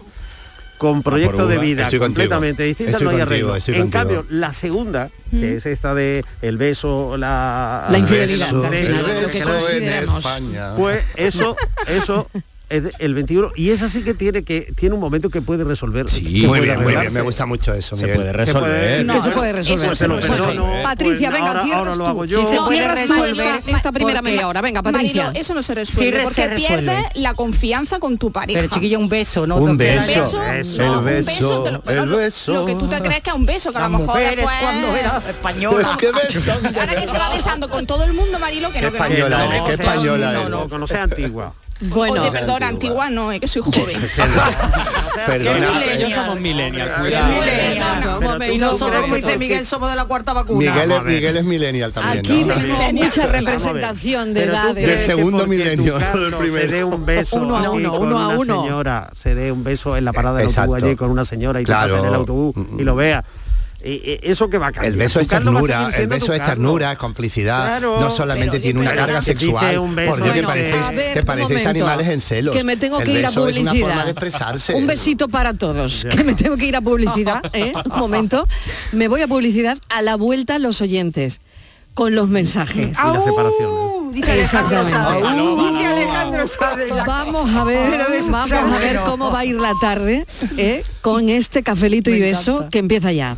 con proyectos
Ah, por
de
uva.
vida
Estoy contigo.
completamente distintas
Estoy
no hay
contigo,
arreglo. En
estoy contigo.
cambio, la segunda, que es esta de el beso, la,
Mm. La infidelidad,
de-
al final,
de-
lo que
de-
consideremos.
Pues eso, eso es de- el 21 y esa sí que tiene que tiene un momento que puede resolver. Sí,
Muy bien, muy bien, me gusta mucho eso.
Se
Miguel.
puede resolver.
No, se puede resolver.
Eso se lo
se puede
perdono.
resolver. Patricia, venga,
pues ahora-
cierras
ahora lo hago
tú.
yo.
Si se
No,
puede
cierras tú
resolver
esta-
esta primera
porque-
media hora. Venga, Patricia.
Marilo, eso no se resuelve
Sí, re- se
porque
resuelve.
pierde la confianza con tu pareja.
Pero chiquilla, un beso, ¿no?
Un
Te- te-
beso,
no,
el
un
beso,
te lo- bueno,
el
lo-
beso.
lo
Que tú te crees que es un beso, que a lo
Las
mejor
mujeres
después...
cuando eran españolas.
Como-
Qué beso,
Ahora que se va besando con todo el mundo, Marilo, que no, que no.
Española ¿eh?
no,
eres, qué
o sea,
española
no,
eres.
no, que no sea antigua.
Bueno.
Oye, perdona, antigua no, es que soy joven.
Perdona, eh.
Que ellos somos millennials, cuidado.
Y nosotros, como dice Miguel, somos de la cuarta vacuna.
Miguel es, Miguel es millennial también.
Aquí
¿no?
tenemos mucha representación de
Pero tú
edades.
crees
Del
que
segundo
porque
milenio,
tu
no del
gato
primero.
Se dé un beso
Uno a
aquí
uno,
con
uno a
una
uno.
señora, se dé un beso en la parada del
Exacto.
autobús allí con una señora y te
Claro. Mm.
pasa en el autobús y lo vea. Y, y Eh, eso que va a cambiar.
El beso
Tu
es
Carlos va a
ternura,
seguir
el
siendo tu
beso es
Carlos.
ternura, es complicidad.
Claro.
no solamente
Pero,
tiene una
pero que
carga
te
sexual.
dice un beso,
por Dios, que
Bueno,
parecéis,
a ver,
que
un
parecéis
momento,
animales en celos.
Que me tengo
el
que ir a
beso es una
publicidad.
forma de expresarse.
Un besito para todos. Que me tengo que ir a publicidad. ¿eh? Un momento. Me voy a publicidad a la vuelta los oyentes con los mensajes.
Y la separación. ¿eh?
Uh, dice Alejandro
Exactamente.
Sáenz.
Paloma,
Dice Alejandro Sáenz.
Vamos a ver,
Pero de eso
vamos
sabes
a ver
que no.
cómo va a ir la tarde ¿eh? con este cafelito y beso que empieza ya.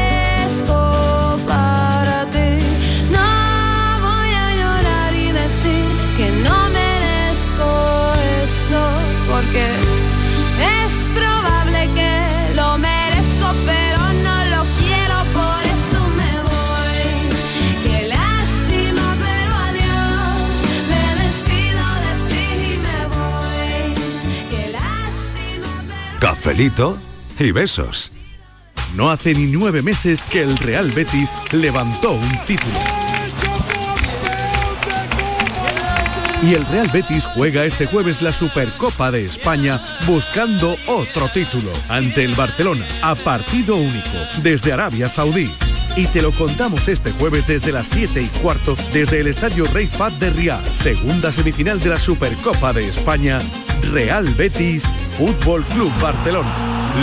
desaparezco para ti. No voy a llorar y decir que no merezco esto porque es probable que lo merezco pero no lo quiero por eso me voy. Qué lástima pero adiós me despido de ti y me voy. Qué lástima
Cafelito y besos. No hace ni nueve meses que el Real Betis levantó un título. Y el Real Betis juega este jueves la Supercopa de España buscando otro título ante el Barcelona a partido único desde Arabia Saudí. Y te lo contamos este jueves desde las 7 y cuarto desde el Estadio Rey Fad de Riad, segunda semifinal de la Supercopa de España, Real Betis, Fútbol Club Barcelona.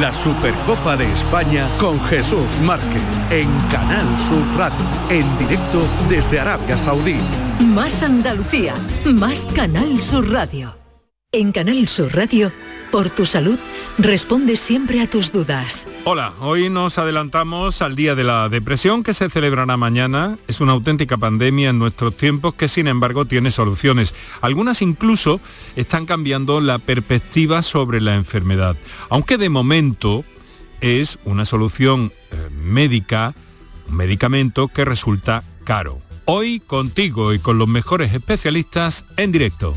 La Supercopa de España con Jesús Márquez en Canal Sur Radio, en directo desde Arabia Saudí.
Más Andalucía, más Canal Sur Radio. En Canal Sur Radio, por tu salud, responde siempre a tus dudas.
Hola, hoy nos adelantamos al Día de la Depresión que se celebrará mañana. Es una auténtica pandemia en nuestros tiempos que sin embargo tiene soluciones. Algunas incluso están cambiando la perspectiva sobre la enfermedad. Aunque de momento es una solución eh, médica, un medicamento que resulta caro. Hoy contigo y con los mejores especialistas en directo.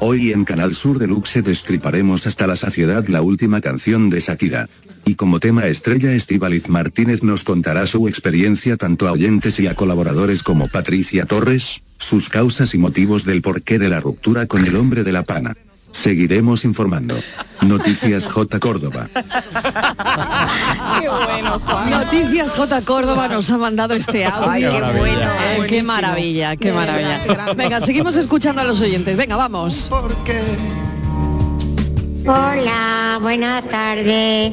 Hoy en Canal Sur Deluxe destriparemos hasta la saciedad la última canción de Shakira. Y como tema estrella Estivaliz Martínez nos contará su experiencia tanto a oyentes y a colaboradores como Patricia Torres, sus causas y motivos del porqué de la ruptura con el hombre de la pana. Seguiremos informando. Noticias J. Córdoba.
Noticias J Córdoba nos ha mandado este audio.
Ay, qué Qué maravilla. bueno,
Eh, qué
buenísimo.
maravilla, qué
Qué
maravilla. Venga, seguimos escuchando a los oyentes. Venga, vamos.
Hola, buenas tardes.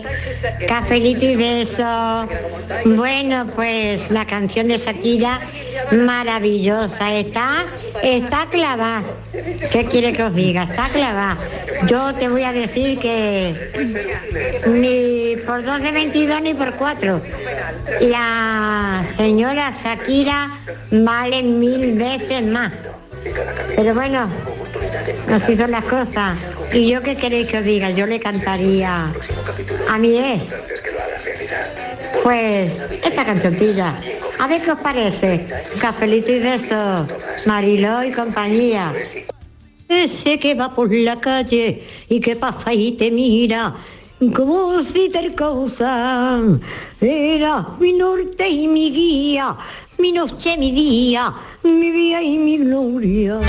Cafelito y beso. Bueno, pues la canción de Shakira, maravillosa. Está, está clavada. ¿Qué quiere que os diga? Está clavada. Yo te voy a decir que ni por 2 de 22 ni por 4. La señora Shakira vale mil veces más. Pero bueno, así son las cosas. Y yo qué queréis que os diga, yo le cantaría eh. a mi ex. Pues esta Pues, cancioncilla. A ver qué os parece. Cafelito y besos. Mariló y compañía. Ese que va por la calle y que pasa y te mira como si te causan. Era mi norte y mi guía, mi noche, mi día, mi vida y mi gloria.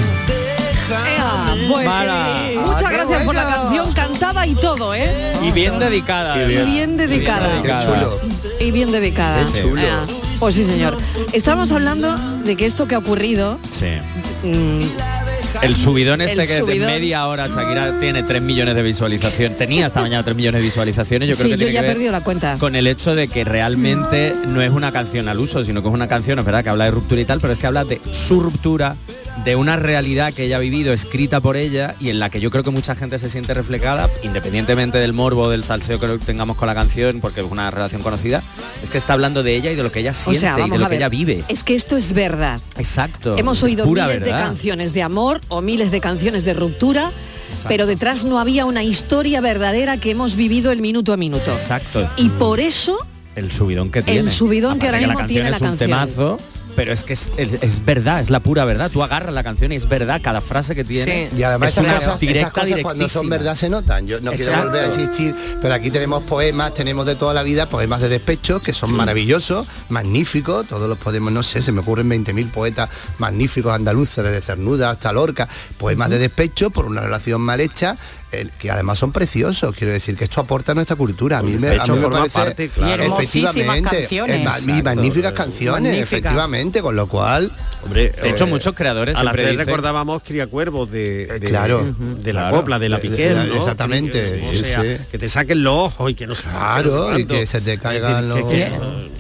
Ah, pues,
Mala.
eh,
Ah,
muchas gracias por la canción cantada y todo, ¿eh?
Y bien dedicada.
Y
además.
bien dedicada.
dedicada.
Qué chulo. Y bien dedicada.
Qué chulo.
Ah, pues sí, señor. Estamos hablando de que esto que ha ocurrido,
Sí.
mm,
El subidón este
El
que
subidón.
de media hora Shakira tiene 3 millones de visualizaciones. Tenía esta mañana 3 millones de visualizaciones. Yo creo
sí, yo
que tiene
ya he
que ver
perdido la cuenta.
con el hecho de que realmente no es una canción al uso, sino que es una canción, es verdad que habla de ruptura y tal, pero es que habla de su ruptura, de una realidad que ella ha vivido, escrita por ella, y en la que yo creo que mucha gente se siente reflejada, independientemente del morbo, del salseo que tengamos con la canción, porque es una relación conocida, es que está hablando de ella y de lo que ella
O
siente
sea,
y de
vamos a
lo que
ver.
ella vive.
Es que esto es verdad.
Exacto.
Hemos
es
oído
pura
miles de
verdad.
canciones de amor o miles de canciones de ruptura, pero detrás no había una historia verdadera que hemos vivido el minuto a minuto.
Exacto.
Y por eso
el subidón que tiene.
subidón que ahora
Aparte
mismo tiene
la canción
la
es
canción.
un temazo, pero es que es, es- es verdad, es la pura verdad. Tú agarras la canción y es verdad cada frase que tiene.
Y además
es
estas
una
cosas, estas
directa
cosas cuando son
directísima.
verdad se notan. Yo no quiero
Exacto.
volver a insistir, pero aquí tenemos poemas, tenemos de toda la vida poemas de despecho que son maravillosos, magníficos, todos los podemos, no sé, se me ocurren 20.000 poetas magníficos andaluces, desde Cernuda hasta Lorca, poemas de despecho por una relación mal hecha. el- que además son preciosos, quiero decir que esto aporta a nuestra cultura. A mí me, a mí
despecho
me
forma
parece-
parte, claro. Y hermosísimas
efectivamente,
canciones.
es ma- y
Exacto.
magníficas canciones,
Magníficas.
efectivamente, con lo cual.
Hombre,
De hecho, muchos creadores
A las
siempre
tres
dicen-
recordábamos Criacuervos de, de,
Eh, claro.
de la
Claro.
copla, de la
De-
piquera,
de-
¿no?
exactamente,
Que- o
sí,
sea,
sí.
que te saquen los ojos y que no se
Claro, y que se te caigan los-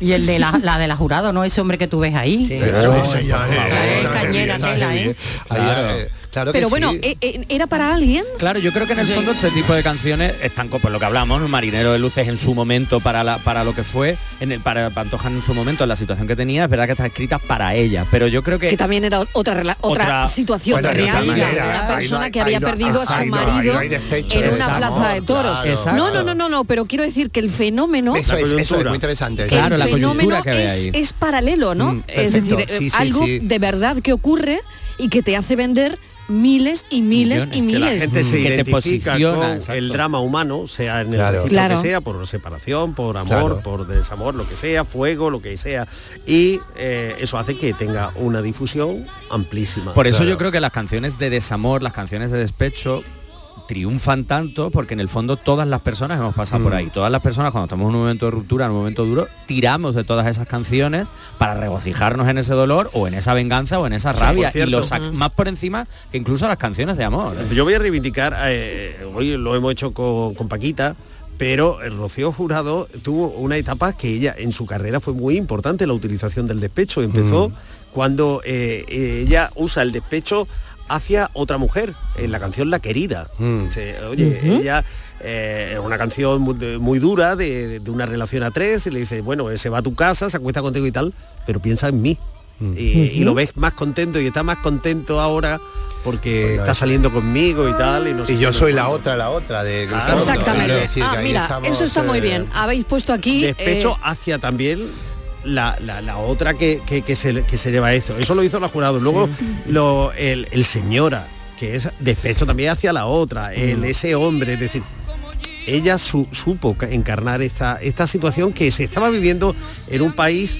Y el de la, la de la jurado, ¿no? Ese hombre que tú ves ahí.
Eso, eso, ya, por favor.
cañera tela, ¿eh?
Claro.
Ahí, eh, claro que
Pero
sí.
bueno, eh, eh, ¿era para alguien?
Claro, yo creo que en el fondo este tipo de canciones están con por lo que hablamos, ¿no? Marinero de Luces en su momento para la, para lo que fue, en el para Pantoja en su momento, en la situación que tenía, es verdad que están escritas para ella, pero yo creo que
Que también era otra rela- otra,
Otra-
situación
Bueno, de otra
real de
manera,
una
ahí no hay-
persona que
ahí
había
no-
perdido a su
ahí no- ahí no
marido
hay despecho,
en
es
una
amor,
plaza de toros.
claro. Exacto.
No, no, no, no, no, pero quiero decir que el fenómeno
Eso es, eso es, muy interesante.
que el fenómeno es, es paralelo, ¿no?
Mm,
es
perfecto.
decir, eh,
Sí, sí,
algo
sí.
de verdad que ocurre y que te hace vender miles y miles y
que
miles.
la gente se
Mm. Que te
identifica
posiciona,
con
exacto.
el drama humano, sea en el
Claro.
registro
Claro.
que sea, por separación, por amor,
Claro.
por desamor, lo que sea, fuego, lo que sea. Y eh, eso hace que tenga una difusión amplísima.
Por eso yo creo que las canciones de desamor, las canciones de despecho triunfan tanto porque en el fondo todas las personas hemos pasado
Mm.
por ahí. Todas las personas cuando estamos en un momento de ruptura, en un momento duro, tiramos de todas esas canciones para regocijarnos en ese dolor o en esa venganza o en esa
Sí,
rabia.
por
Y
cierto.
lo sac-
Mm.
más por encima que incluso las canciones de amor. ¿eh?
Yo voy a reivindicar, eh, hoy lo hemos hecho con, con Paquita, pero el Rocío Jurado tuvo una etapa que ella en su carrera fue muy importante, la utilización del despecho.
Mm.
Empezó cuando eh, ella usa el despecho hacia otra mujer, en la canción La Querida. Dice, oye,
Ujú.
ella eh, es una canción muy, de- muy dura de, de una relación a tres y le dice, bueno, eh, se va a tu casa, se acuesta contigo y tal, pero piensa en mí.
Mm.
Y, y lo
Ujú.
ves más contento y está más contento ahora porque está saliendo conmigo y tal. Y, no sé
Y
qué,
yo
no
soy
sé
la
cuánto.
otra, la otra de
Claro.
Grifondo.
Exactamente.
Quiero decir que
Ah,
ahí
mira,
estamos,
eso está muy
eh,
bien. Habéis puesto aquí...
Despecho
eh,
hacia también la, la- la otra que, que- que se, que se lleva eso. Eso lo hizo la jurado. Luego lo, el, el señora, que es despecho también hacia la otra,
Mm.
el, ese hombre, es decir. Ella su- supo ca- encarnar esta, esta situación que se estaba viviendo en un país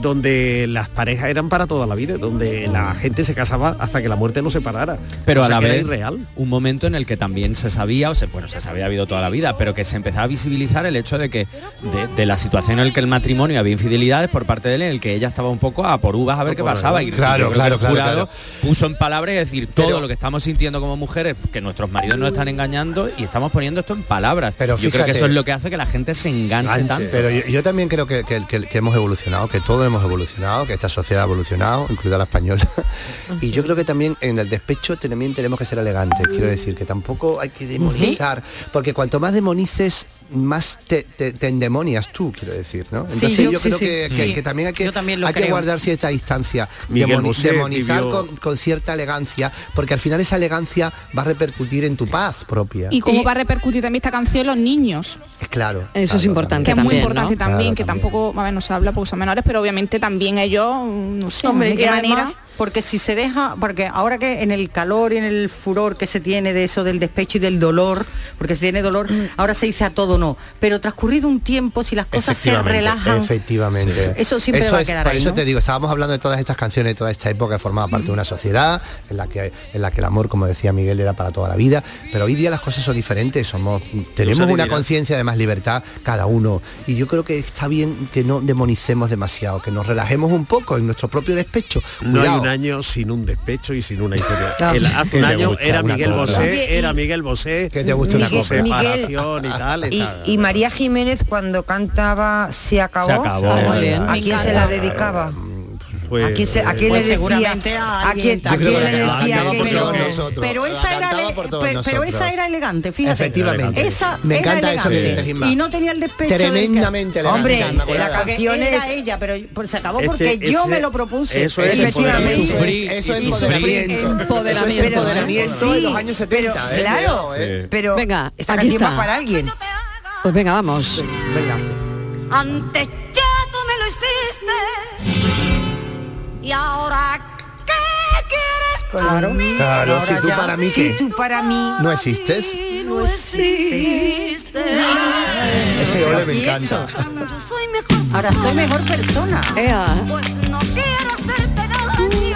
donde las parejas eran para toda la vida, donde la gente se casaba hasta que la muerte los separara.
pero
O
a
sea,
la
que era
vez
irreal.
un momento en el que también se sabía o se bueno se sabía ha habido toda la vida pero que se empezaba a visibilizar el hecho de que de, de la situación en la que el matrimonio había infidelidades por parte de él en el que ella estaba un poco a por uvas a ver qué
por
pasaba y
algo. Claro,
yo creo que
claro,
el
claro,
jurado
claro.
puso en palabras es decir todo lo que estamos sintiendo como mujeres que nuestros maridos nos están engañando y estamos poniendo esto en palabras pero yo creo que
fíjate.
eso es lo que hace que la gente se enganche tanto
Pero yo, yo también creo que, que- que- que hemos evolucionado, que todos hemos evolucionado, que esta sociedad ha evolucionado, incluida la española. Y yo creo que también en el despecho también tenemos que ser elegantes. Quiero decir que tampoco hay que demonizar, porque cuanto más demonices, más te, te- te endemonias tú, quiero decir, ¿no?
Sí,
Entonces
yo-
yo,
sí,
creo
sí.
que, que-
Sí.
que también hay que,
Yo también lo
hay que
creo.
guardar cierta distancia,
Miguel
demoni-
Bosé
demonizar
vivió-
con, con cierta elegancia, porque al final esa elegancia va a repercutir en tu paz propia.
Y cómo va a repercutir también esta canción en los niños.
Claro.
Eso es importante
que es muy
también,
importante
¿no?
también,
Claro,
que tampoco, a ver, no se habla porque son menores, pero obviamente también ellos, mm, no sé,
Hombre,
de
y
qué
además,
manera.
porque si se deja, porque ahora que en el calor y en el furor que se tiene de eso del despecho y del dolor, porque se tiene dolor,
Mm.
ahora se dice a todo no. Pero transcurrido un tiempo, si las cosas se relajan,
Efectivamente.
Sí. Eso siempre va a
es-
quedar
Por
ahí,
eso
¿no?
te digo, estábamos hablando de todas estas canciones, de toda esta época que formaba parte de una sociedad en la que en la que el amor, como decía Miguel, era para toda la vida. Pero hoy día las cosas son diferentes, somos
se
tenemos una
vivirá.
conciencia de más libertad cada uno. Y yo creo que está bien que no demonicemos demasiado, que nos relajemos un poco en nuestro propio despecho.
No hay
Cuidado.
un año sin un despecho y sin una historia.
Claro.
El- hace un
Que te
año
gusta
era
una
Miguel
cosa.
Bosé,
Oye,
era
y-
Miguel Bosé.
Que te gusta una
Miguel-
cosa.
Separación y tal. y
Y,
tal.
y María Jiménez cuando cantaba Se acabó,
Se acabó. Ah, muy bien.
¿a
Me
quién se
encanta.
la dedicaba?
Pues,
¿A quién, se- a quién
Pues
le
seguramente
decía?
a
¿A quién,
alguien
a quién le decía?
cantaba
que
por
no?
todos nosotros. Pero esa era ele- pe- pero esa era elegante, fíjate.
Efectivamente.
Esa
Me
era
encanta eso que
elegante.
dice Gilmar.
Y no tenía el despecho de-
Tremendamente elegante,
Hombre,
Inmaculada.
la canción
Porque
era
era
ella, pero pues, se acabó
Es que
porque yo
Este ese-
me lo propuse.
eso es
Efectivamente.
empoderamiento. Eso es- eso es empoderamiento. Empoderamiento,
Eso es
¿eh?
empoderamiento de los años 70.
Pero,
¿eh?
claro,
Cuidado, ¿eh?
pero
Venga,
esta
aquí
canción va
está.
para alguien.
Pues venga, vamos.
Antes ya tú me lo hiciste y ahora qué quieres
Claro.
Claro,
Ahora
si tú
ya-
para mí,
Si
¿qué?
tú para mí
No existes.
no existe.
Ese ole me encanta.
Ahora soy mejor persona.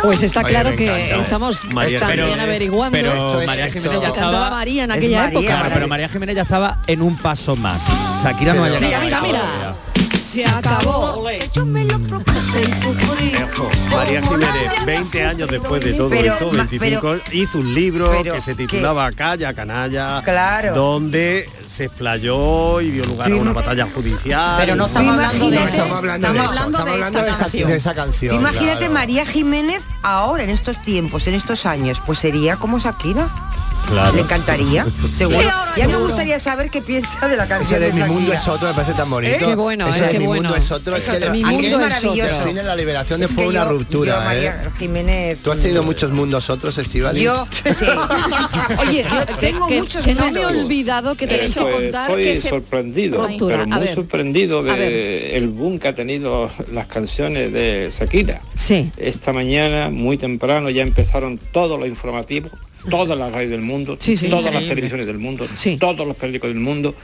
Pues está
Oye,
claro
me
que
encanta.
estamos
¿eh? María,
también
pero-
averiguando
pero
lo que
María Jiménez ya
cantaba
estaba-
María en
es
aquella
María,
época.
claro, pero María Jiménez ya estaba en un paso más. Shakira no ha
Mira,
llegado
mira,
ahí
mira.
todavía.
Se acabó.
Ejo, María Jiménez, 20 años después de todo
Pero,
esto,
ma-
25, hizo un libro
pero,
que se titulaba Calla, Canalla,
Claro.
donde se explayó y dio lugar a una batalla judicial.
Pero no estamos hablando de
No
eso.
estamos hablando de
Estamos
eso,
hablando
estamos
de
hablando
esta
de esa-
canción.
de esa canción.
Imagínate
claro.
María Jiménez ahora, en estos tiempos, en estos años, pues sería como Shakira. Le encantaría, seguro. ya me gustaría saber qué piensa de la
Ese
canción.
de mi
Shakira.
mundo es otro, me parece tan bonito.
¿Eh? Qué bueno,
Ese
¿eh?
de
Qué
mi
bueno.
mundo es otro.
Es
que
otro. Mi
aquí
mundo es maravilloso.
Aquí viene la liberación
Es
después
que
de una
yo- yo a
ruptura. ¿eh?
María Jiménez.
¿Tú has tenido muchos mundos otros, Estival?
Yo sí.
Oye,
yo tengo
que,
muchos
que no me he
métodos.
olvidado que
Eh,
tenéis que
pues,
contar
estoy
que se-
sorprendido,
Ruptura,
pero
a
muy
ver.
sorprendido
A ver.
de el boom que ha tenido las canciones de Shakira.
Sí.
Esta mañana, muy temprano, ya empezaron todos los informativos, todas las redes del mundo,
Sí, sí.
todas las
Increíble.
televisiones del mundo, todos los periódicos del mundo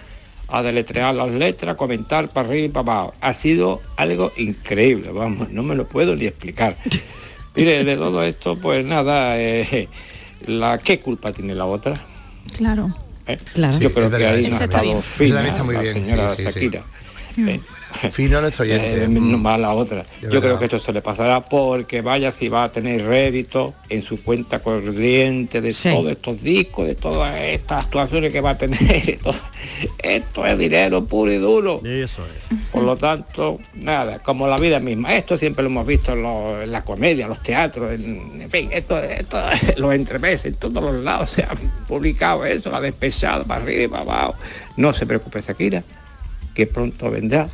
a deletrear las letras, comentar para arriba y para abajo. Ha sido algo increíble, vamos, no me lo puedo ni explicar. Mire, de todo esto, pues nada, eh, la qué culpa tiene la otra.
Claro.
¿eh?
Claro.
Yo
Sí,
creo
es
que
verdad,
ahí
eso
no ha
está bien.
estado
Eso
fina
también está muy
la
bien,
señora
sí, sí, sí.
Shakira.
Fino nuestro
oyente. menos mal la otra. Yo creo que esto se le pasará porque vaya si va a tener rédito en su cuenta corriente de todos estos discos, de todas estas actuaciones que va a tener. de todo. Esto es dinero puro y duro.
Eso es.
Por lo tanto, nada, como la vida misma. Esto siempre lo hemos visto en, los- en la comedia, los teatros, en, en fin, esto, esto, los entremeses, en todos los lados se ha publicado eso, la despechada, para arriba y para abajo. No se preocupe, Shakira, que pronto vendrá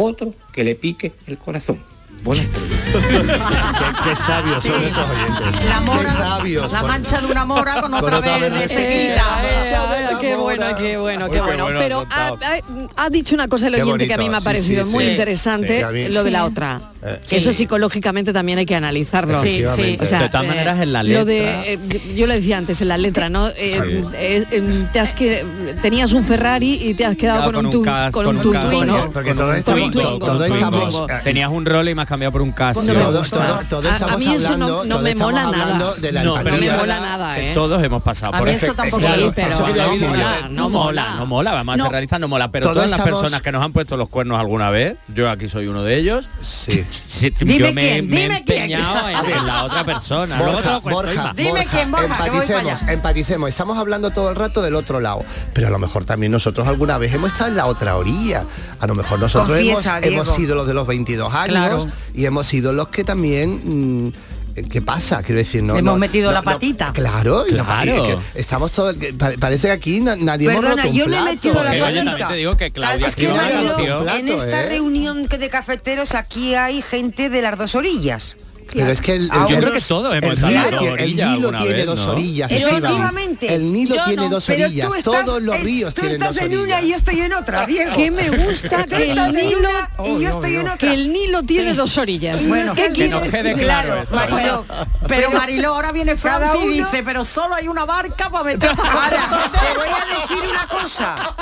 otro que le pique el corazón. Buenas
Qué sabios son estos oyentes.
La mora,
sabios,
la
por-
mancha de una mora con otra verde seguida.
Eh, eh, qué bueno, qué bueno, qué
Uy, qué
bueno.
bueno
Pero ha,
apuntado.
ha- ha dicho una cosa el
Qué
oyente que a mí
bonito,
me ha
sí,
parecido
sí,
muy
sí.
interesante,
Sí, a mí-
lo de la
Sí.
otra.
Eh,
Eso
sí.
psicológicamente también hay que analizarlo.
Sí, sí.
O sea,
De todas
eh,
maneras, en la
Lo
letra-
de, eh, yo- yo le decía antes, en la letra, ¿no? Eh,
Sí.
eh, eh, te has que, tenías un Ferrari y te has quedado con, un, tun-
cas-
con un
cas-
Twingo, ¿no?
Porque todos estamos-
Twingo,
todos-
con un
todos
Twingo.
estamos-
Eh,
Tenías un rol y me has cambiado por un Casio.
No me Todos- gusta.
Ah,
todos- todos A- a estamos mí eso no- hablando- no todos me estamos mola hablando nada. de la
Ah, No,
empatía.
pero
No me
es
mola
verdad
nada,
que
¿eh?
Todos hemos pasado
A
por
mí
eso.
eso tampoco
Claro,
me- pero
eso quería
no
decir yo.
mola, no
No mola, no mola, vamos a
No.
ser realistas, no mola, pero
Todos
todas las
estamos-
personas que nos han puesto los cuernos alguna vez, yo aquí soy uno de ellos.
Sí.
yo
Dime
me,
quién,
me he
dime quién.
empeñado en, en la otra persona. Luego te
Borja,
lo cuento,
Borja,
Isma.
Borja, empaticemos, empaticemos. Estamos hablando todo el rato del otro lado, pero a lo mejor también nosotros alguna vez hemos estado en la otra orilla. A lo mejor nosotros hemos,
Confiesa, Diego.
hemos sido los de los 22 años
Claro.
y hemos sido los que también mm, ¿qué pasa? Quiero decir, no.
Hemos
no-
metido
no-
la
no-
patita.
claro, y la
Claro.
patita, es que estamos todos. que pa- Parece que aquí na- nadie hemos
Perdona,
roto un
yo no he
plato.
metido la
Pero oye, también
patita.
te digo que Claudia
Es que
Jiménez
Marilo,
Rocío-
en
¿eh?
esta reunión que de cafeteros aquí hay gente de las dos orillas.
Pero es que el,
Yo
el-
creo que todos hemos
el
estado
Nilo
en la
tie-
orilla
el Nilo
alguna
tiene
vez,
dos
¿no?
orillas.
Pero
Estíbaliz.
efectivamente,
El Nilo
yo
tiene
no,
dos
pero tú
orillas.
estás-
Todos los
eh,
ríos
tú
tienen
estás
dos
en
orillas.
una y yo estoy en otra, Diego.
Que me gusta
Tú
que
estás
el,
en
Nilo, Oh,
una y yo estoy en otra.
que el Nilo tiene dos orillas.
Y Bueno, no es que que nos quise- quede claro esto.
Marilo, pero Mariló ahora viene
Cada
Francis y
uno-
dice, pero solo hay una barca para meter esta
Ahora, te voy a decir una cosa.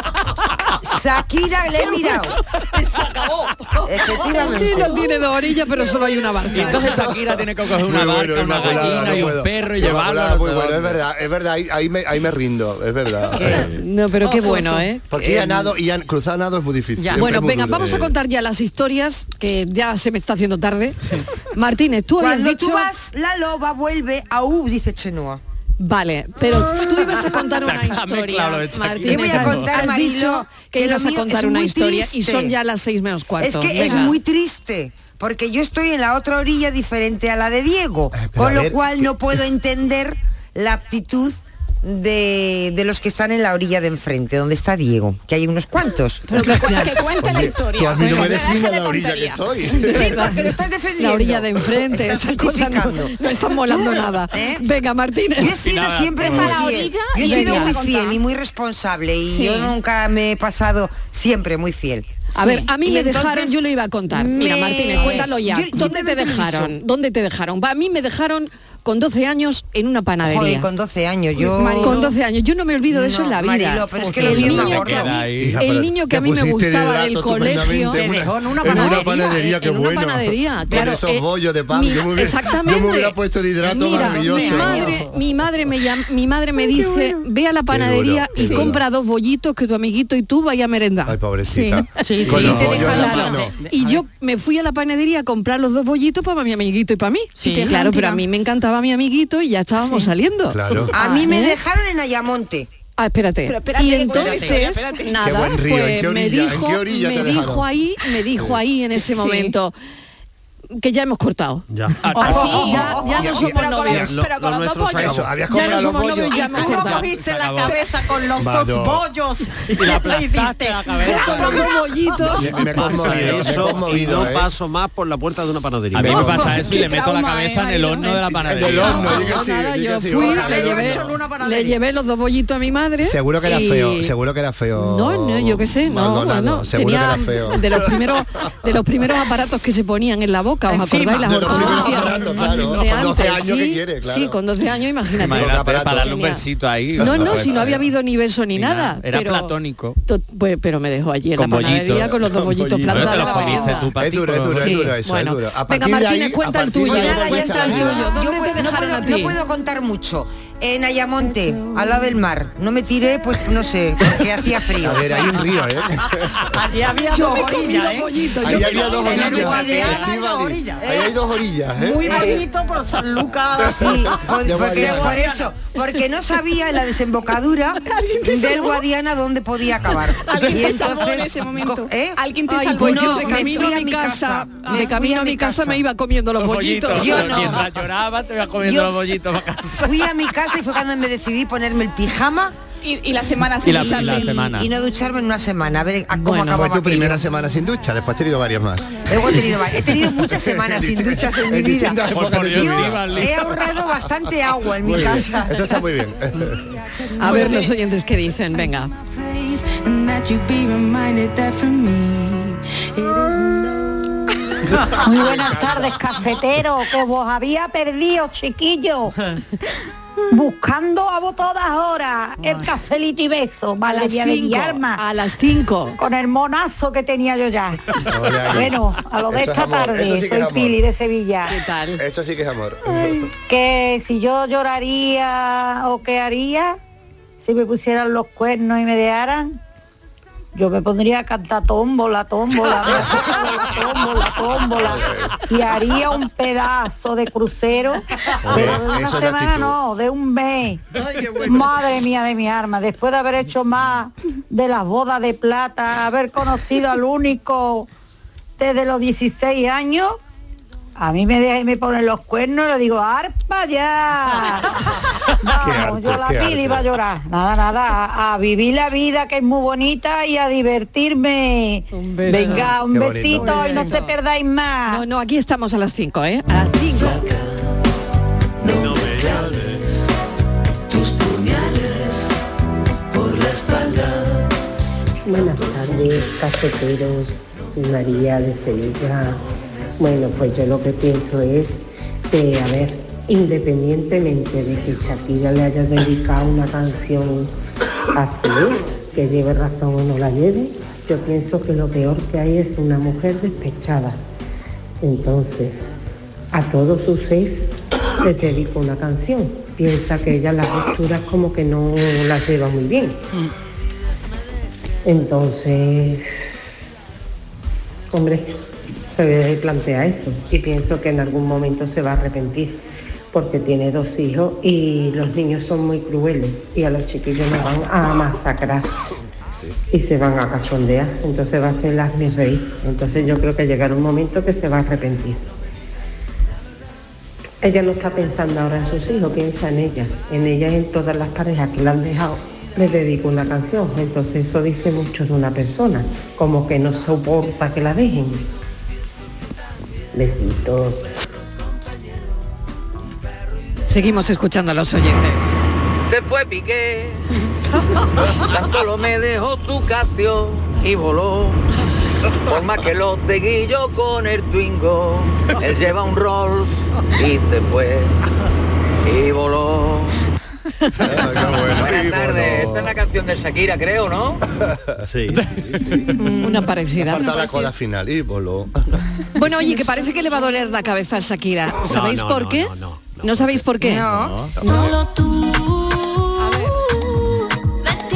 Shakira le he mirado.
Se acabó.
Efectivamente.
El Nilo tiene dos orillas, pero solo hay una barca.
Y entonces Shakira tiene que coger una
Muy
barca,
bueno,
una
Inmaculada,
gallina
no
y un
puedo.
perro y
Inmaculada,
llevarlo. a no
muy
sé
bueno, es
dónde.
verdad, es verdad, ahí, ahí me, ahí me rindo, es verdad.
No, pero qué bueno, ¿eh?
Porque ir a nado y a- cruzar nado es muy difícil.
Ya.
es
Bueno,
muy
venga,
duro.
vamos a contar ya las historias, que ya se me está haciendo tarde. Martínez, tú habías
Cuando
dicho...
tú vas, la loba vuelve a U, dice Chenua.
Vale, pero tú ibas a contar una
Sácame,
historia,
claro, de
Martínez.
Yo voy a contar,
Has
Marilo,
dicho que,
que lo
ibas a
mío
contar
es
una
muy
historia y
triste.
son ya las seis menos cuarto.
Es que es
Venga.
muy triste. Porque yo estoy en la otra orilla diferente Eh, a la de Diego, con
a
lo
ver,
cual no puedo entender la actitud de, de los que están en la orilla de enfrente, donde está Diego, que hay unos cuantos.
Pero que, cu- que cuente la
Oye,
historia.
tú a mí no me
Venga,
defines
deja de
la orilla
tontería.
que estoy. Sí, porque lo estás defendiendo.
La orilla de enfrente,
Estás
esas cosas no,
justificando.
no están molando
Tú,
nada.
¿eh?
Venga, Martínez.
Yo he sido siempre muy fiel. Yo he sido muy fiel y muy responsable y
Sí.
yo nunca me he pasado siempre muy fiel.
A ver, a mí
Y
me
entonces
dejaron, yo lo iba a contar. Mira,
me-
Martínez, cuéntalo ya.
Yo- yo
¿Dónde te
te lo he
dejaron?
dicho.
¿Dónde te dejaron? Va, A mí me dejaron con 12 años en una panadería.
Joder, con 12 años yo
Con 12 años. Yo no me olvido de eso
No,
en la vida.
Marilo, pero es que
el
lo mío
niño
me
que
acuerdo.
a mí- el niño que a mí me gustaba del colegio
En una panadería, qué
en una
bueno.
panadería,
Con
claro,
esos
eh,
bollos de pan.
mi-
yo me hubiera-
exactamente.
Yo me hubiera puesto de hidrato
Mira, mi
maravilloso.
madre, mi madre me llam- mi madre me dice, ve a la panadería
qué
y
duro.
compra dos bollitos que tu amiguito y tú vaya a merendar.
Ay, pobrecita.
Sí, sí,
Con
y
los
te
bollos en la
dejan la-
mano.
Y yo me fui a la panadería a comprar los dos bollitos para mi amiguito y para mí.
Sí.
Claro, pero a mí me encantaba mi amiguito y ya estábamos saliendo.
Claro.
A mí me
¿Eh?
dejaron en Ayamonte.
Ah, espérate.
Pero espérate,
y
que cuente la
entonces,
historia, espérate.
nada,
Qué buen río, ¿en
pues
qué
me
orilla? ¿En
dijo,
qué orilla
me
te
dijo
dejaron?
ahí, me dijo ahí en ese
Sí.
momento que ya hemos cortado.
Ya.
Ah, sí, ya- ya no somos
pero con
novios.
los- pero con los dos pollos.
Eso, habías
Ya
comprado
no
los
somos
bollos.
novios,
Y
ya
tú lo cogiste en la cabeza con los
Vado.
dos bollos.
Y la aplastaste la cabeza.
Como
Como
dos
Me,
bollitos.
Me he
pasa
conmovido, me he
eso y
conmovido,
no
¿eh?
paso más por la puerta de una panadería.
A mí me pasa eso y le meto la cabeza en el horno de la panadería.
el horno,
Vamos,
di que sí,
nada,
di que
yo
sí,
fui,
vamos.
Le llevé, le llevé los dos bollitos a mi madre.
Seguro que era
y-
feo, seguro que era feo.
No, no, yo qué sé, no,
Maldonado,
bueno,
seguro que
tenía
era feo.
de los primeros de los primeros aparatos que se ponían en la boca, ¿os
Encima.
acordáis las
De los primeros
ortodoncias?
aparatos, claro,
De
con 12
antes,
años, ¿qué
sí,
quiere? Claro.
Sí, con 12 años, imagínate.
Imagínate, para darle un
Genial.
besito ahí.
No, no,
Pues,
si no había habido ni beso ni, nada,
Era
pero
platónico.
to- pues, pero me dejó allí en
Con
la panadería
bollitos.
con los dos
Con
bollitos
bollitos.
plantados.
Pero
en
te los
la
comiste
cabeza.
tú,
Es duro, es duro,
Sí.
es duro eso,
Bueno,
es duro. A
venga,
partir de
Martínez,
ahí,
cuenta
a
el
partir
tuyo.
de ahí
Ya,
no
ya
cuenta
está el
nada.
tuyo.
Yo
¿Dónde
puedo-
te
no,
dejaron
puedo,
a
no
ti?
puedo contar mucho. En Ayamonte, al lado del mar. No me tiré, pues no sé, porque hacía frío.
A ver, hay un río, ¿eh?
Allí había
Yo
dos
me comí
orillas,
los
¿eh?
bollitos,
Ahí había dos
En el
orillas.
Guadiana hay dos
Estíbaliz.
orillas.
Ahí hay dos orillas, ¿eh?
Muy bonito por San Lucas.
Sí, por,
De
porque,
Guadiana.
por eso, porque no sabía la desembocadura del Guadiana dónde podía acabar.
Alguien
Y
te salvó en
entonces,
ese momento.
co- ¿eh?
Alguien te salvó.
no,
yo de
me
camino
fui
a mi casa,
me
de
fui
camino a mi casa me iba comiendo los bollitos.
Yo Mientras lloraba te iba comiendo
Yo-
los bollitos para casa.
Fui a mi casa y fue cuando me decidí ponerme el pijama.
Y, la semana
Y la- sin y la ducharme. semana.
Y no ducharme en una semana. A ver a cómo
Fue
acababa
tu
aquello.
primera semana sin ducha, después has tenido varias más.
Luego he tenido, varias- he tenido muchas semanas sin duchas en mi
En
vida.
distintas épocas de tu vida.
Yo he ahorrado bastante agua en mi
Muy bien,
casa.
Eso está muy bien.
A ver los oyentes qué dicen, venga.
and that you be reminded that for me it is
Muy buenas tardes, cafetero, que vos había perdido, chiquillo. Buscando a vos todas horas el cafelito y beso, Valeria de
cinco,
Guillarma.
A las 5.
Con el monazo que tenía yo ya.
ya, ya.
bueno, a lo de
Eso es
esta
amor, eso
tarde,
sí que es
soy
amor.
Pili de Sevilla. ¿Qué
tal?
Esto sí que es amor.
Que si yo lloraría o qué haría, si me pusieran los cuernos y me dejaran, yo me pondría a cantar tómbola, tómbola, tómbola, tómbola, y haría un pedazo de crucero, pero de una
eso es
semana
actitud.
no, de un mes. Madre mía de mi arma, después de haber hecho más de las bodas de plata, haber conocido al único desde los 16 años, A mí me, deja y me ponen los cuernos y le digo, ¡arpa ya! Vamos, yo la
qué
vi y iba a llorar. Nada, nada, a, a vivir la vida que es muy bonita y a divertirme.
beso.
Venga, un
Qué bonito.
besito y no se perdáis más.
No, no, aquí estamos a las 5, ¿eh? A las 5.
Tus puñales por la espalda.
Buenas tardes, cafeteros, soy María de Sevilla. Bueno, pues yo lo que pienso es que, a ver, independientemente de que Shakira le haya dedicado una canción a su que lleve razón o no la lleve, yo pienso que lo peor que hay es una mujer despechada. Entonces, a todos sus seis les dedico una canción. Piensa que ella las posturas como que no las lleva muy bien. Entonces, hombre, se plantea eso y pienso que en algún momento se va a arrepentir porque tiene dos hijos y los niños son muy crueles y a los chiquillos los van a masacrar y se van a cachondear, entonces va a ser las mis reír. Entonces yo creo que llegará un momento que se va a arrepentir. Ella no está pensando ahora en sus hijos, piensa en ella, en ella y en todas las parejas que la han dejado. Le dedico una canción, entonces eso dice mucho de una persona, como que no soporta que la dejen. Besitos.
Seguimos escuchando a los oyentes.
Se fue Piqué, solo me dejó su canción y voló. Por más que lo seguí yo con el Twingo, él lleva un rol y se fue y voló.
Ah,
Buenas tardes, esta es la canción de Shakira, creo, ¿no?
Sí.
Mm.
Una parecida.
Falta la coda final y voló.
Bueno, oye, que parece que le va a doler la cabeza a Shakira.
No,
¿Sabéis
no,
por
no,
qué?
no,
sabéis por qué?
No.
Solo
tú.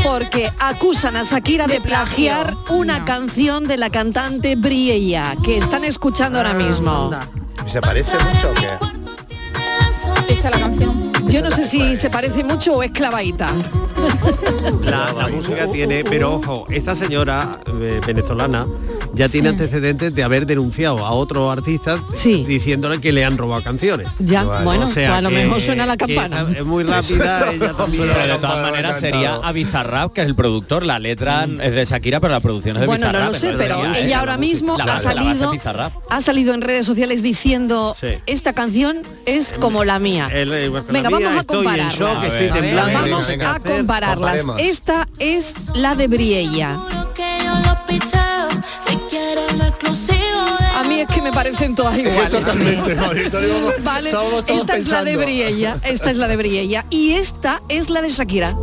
Porque acusan a Shakira de plagiar una canción de la cantante Briella, que están escuchando ahora mismo.
¿Se parece mucho o qué?
Esta la canción.
Yo no sé si se parece mucho o es clavaita.
La, la música tiene, pero ojo, esta señora eh, venezolana ya tiene antecedentes de haber denunciado a otros artistas diciéndole que le han robado canciones.
Ya, bueno,
O sea
pues a lo
que-
mejor suena la
que
campana.
esta es muy rápida, ella también.
Pero de todas maneras sería a Bizarrap, que es el productor. La letra es de Shakira, pero la producción es de
Mm. Bueno, no
Bizarrap.
lo sé,
entonces
pero
sería, eh,
ella ahora mismo
la
ha
base- la base
salido,
es Bizarrap.
ha salido en redes sociales diciendo
Sí.
esta canción es como la mía.
El- eh, bueno,
Venga,
la
vamos
mía,
a
estoy en
compararlas.
shock, estoy
Vamos
temblando.
Vamos
Venga,
a
venga,
compararlas.
comparemos.
Esta es la de Briella. A mí es que me parecen todas iguales.
Totalmente, Mari, te lo digo,
Vale,
estábamos todos
esta es la de
pensando.
Briella, esta es la de Briella y esta es la de Shakira.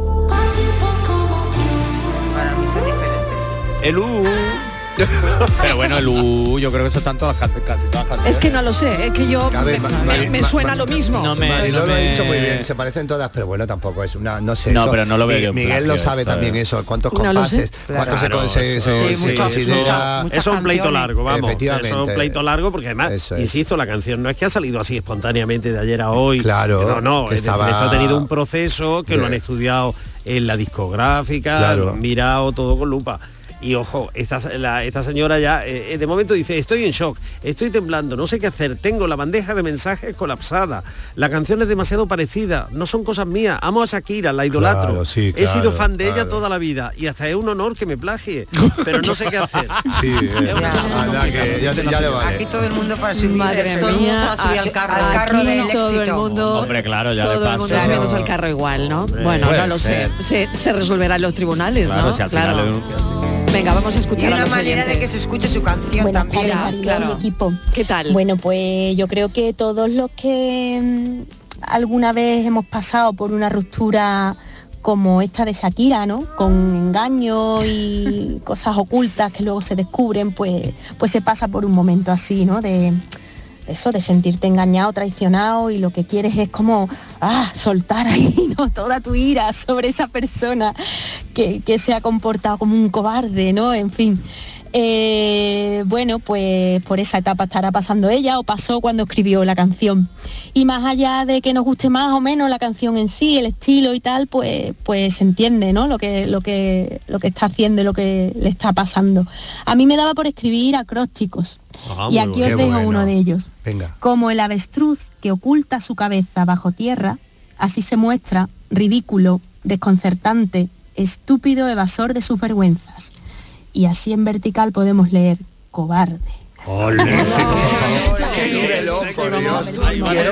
Para mí son diferentes.
El U. Pero bueno, el U, yo creo que eso están todas can- casi todas canciones.
Es que no lo sé, es que yo
A ver,
me,
Ma-
me-
Mari-
me
Ma-
suena
Ma-
lo mismo.
No me-
Mariló
no
lo ha
me-
dicho muy bien, se parecen todas, pero bueno, tampoco es una, no sé.
No,
eso-
pero no lo veo
Mi-
yo en
Miguel lo
plagio
sabe
esto,
también
eh.
eso, cuántos
No lo sé.
compases, cuántos se
Claro,
conse- se-
eso-
se
sí, eso-
considera-
eso es un pleito largo, vamos.
Efectivamente.
Eso es un pleito largo porque además, insisto, la canción no es que ha salido así espontáneamente de ayer a hoy.
Claro,
No, no, es decir,
estaba-
esto ha tenido un proceso que
Sí.
lo han estudiado en la discográfica,
Eh. Claro.
lo han mirado todo con lupa. Y ojo, esta, la- esta señora ya eh, eh, de momento dice, estoy en shock, estoy temblando, no sé qué hacer, tengo la bandeja de mensajes colapsada, la canción es demasiado parecida, no son cosas mías, amo a Shakira, la idolatro,
Claro, sí,
he sido
claro,
fan de ella
claro.
toda la vida y hasta es un honor que me plagie, pero no sé qué hacer.
Sí, eh,
Es una cosa muy
anda, que ya,
complicada.
te- ya le vale.
Aquí todo el mundo para subir.
Madre
todo el mundo se va
mía,
a subir al carro, al
aquí
carro del
todo el
éxito.
mundo,
Hombre, claro, ya
todo
de
el mundo
paso.
subiéndose al carro igual, ¿no?
Hombre,
bueno,
puede
no lo sé. Se, se resolverá en los tribunales,
Claro,
¿no?
si al final le denuncias.
Venga, vamos a escuchar
Y
a
una
los
manera de que
oyentes.
se escuche su canción también.
tardes, Mariló y
equipo.
ah, ¿Qué tal?
Bueno, pues yo creo que todos los que mm, alguna vez hemos pasado por una ruptura como esta de Shakira, ¿no? Con engaño y cosas ocultas que luego se descubren, pues, pues se pasa por un momento así, ¿no? De eso, de sentirte engañado, traicionado y lo que quieres es como ah, soltar ahí, ¿no? Toda tu ira sobre esa persona que, que se ha comportado como un cobarde, ¿no? En fin. eh, bueno, pues por esa etapa estará pasando ella o pasó cuando escribió la canción. Y más allá de que nos guste más o menos la canción en sí, el estilo y tal, pues, pues se entiende, ¿no? Lo que, lo, que, lo que está haciendo y lo que le está pasando. A mí me daba por escribir acrósticos.
Ah,
y
muy
aquí
bueno.
os
Qué
dejo
bueno.
uno de ellos.
Venga.
Como el avestruz que oculta su cabeza bajo tierra, así se muestra ridículo, desconcertante, estúpido evasor de sus vergüenzas. Y así en vertical podemos leer cobarde.
Quiero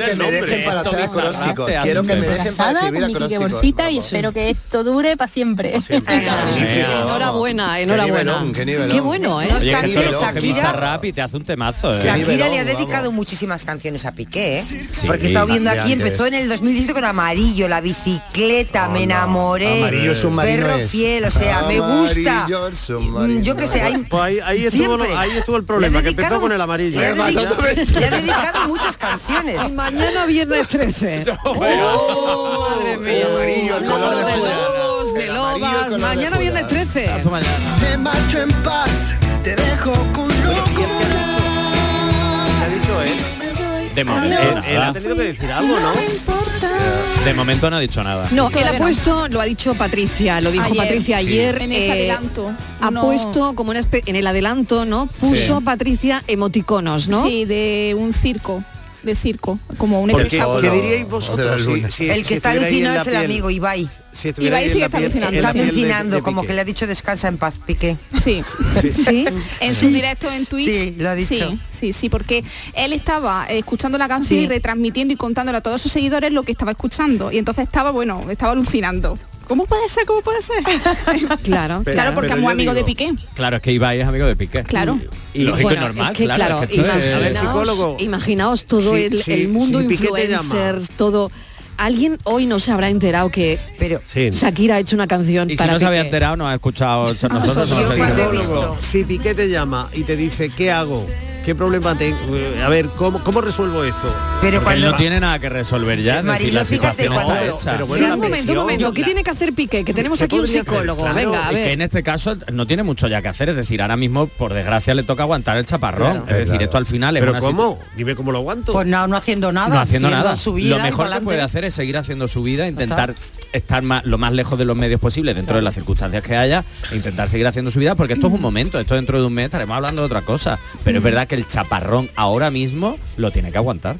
que me dejen para hacer acrósticos. Quiero que me dejen para
Casada con
escribir
mi Kiki
acrósticos.
Borsita y espero que esto dure para siempre.
Enhorabuena,
Qué
enhorabuena.
nivelón, qué nivelón.
Qué bueno, ¿eh?
Oye, que esto lo
Shakira-
coge Bizarrap y te hace un temazo, ¿eh?
Shakira le ha dedicado muchísimas canciones a Piqué, ¿eh?
Sí.
porque he estado viendo aquí,
Antes.
empezó en el 2017 con Amarillo, La Bicicleta, Me Enamoré,
Amarillo es un marino
Perro
es.
Fiel, o sea, me gusta.
Amarillo es un marino.
Yo qué sé, hay-
Pues ahí, ahí estuvo,
Siempre.
ahí estuvo el problema, que empezó con el amarillo.
Le ha
Además,
dedicado,
ya-
le ha dedicado muchas canciones.
Y mañana viernes 13. Oh, madre mía. Hablando de lobos, de lobas. Mañana viernes 13.
Te marcho en paz, te dejo con locura.
¿eh?
De momento,
Él-
nada.
él ha tenido que decir algo, ¿no?
De momento no ha dicho nada.
No, él ha puesto, lo ha dicho Patricia, lo dijo
Ayer,
Patricia
sí.
ayer. eh,
En ese adelanto,
Ha
no-
puesto como una espe- en el adelanto, ¿no? Puso
Sí.
Patricia emoticonos, ¿no?
Sí, de un circo, de circo, como un
Porque,
espectáculo.
¿Qué diríais vosotros? si- si-
el
Eh,
que
si
está
estuvierais en
alucinado
la
es el
piel?
amigo Ibai.
Si estuvierais
Ibai
en
sí que
la
está
piel-
alucinando.
en la
Está
piel de-
alucinando,
de
como
Piqué.
que le ha dicho descansa en paz, Piqué.
Sí.
Sí.
En su directo en Twitch.
Sí, lo ha dicho.
Sí, sí, sí, porque él estaba eh, escuchando la canción y retransmitiendo y contándole a todos sus seguidores lo que estaba escuchando. Y entonces estaba, bueno, estaba alucinando. ¿Cómo puede ser? ¿Cómo puede ser?
claro,
Pero-
claro, porque
pero
es muy
yo
amigo de
digo-
Piqué.
Claro, es que Ibai es amigo de Piqué.
Claro.
Y, lógico y
Bueno,
normal,
es que,
claro.
claro,
es que esto es-
imaginaos, imaginaos todo
Oh. Sí,
el,
sí,
el mundo
sí, Piqué te llama.
influencers, todo. Alguien hoy no se habrá enterado que
pero
Sí.
Shakira ha hecho una canción
Y si
para
no se había
Piqué.
enterado, no ha escuchado o sea, nosotros. no nos
Psicólogo,
enteramos.
Si Piqué te llama y te dice, ¿qué hago? ¿Qué problema tengo? Eh, A ver, ¿cómo, cómo resuelvo esto?
Porque él no tiene nada que resolver ya, es decir,
Marilo,
la
fíjate,
situación
cuando-
está
pero-
hecha.
pero bueno,
un momento, un momento. ¿Qué tiene que hacer Piqué? Que tenemos aquí un psicólogo. Venga, a
Y que
ver.
en este caso no tiene mucho ya que hacer, es decir, ahora mismo, por desgracia, le toca aguantar el chaparrón.
Claro.
Es decir, esto al final es
¿Pero
una
cómo? Dime cómo lo aguanto.
Pues no, no haciendo nada.
no haciendo nada.
Su
lo
vida,
mejor que
pa'lante.
puede hacer es seguir haciendo su vida, intentar estar más, lo más lejos de los medios posible dentro de las circunstancias que haya, e intentar seguir haciendo su vida, porque esto es un momento, esto dentro de un mes estaremos hablando de otra cosa. Pero es verdad que el chaparrón ahora mismo lo tiene que aguantar.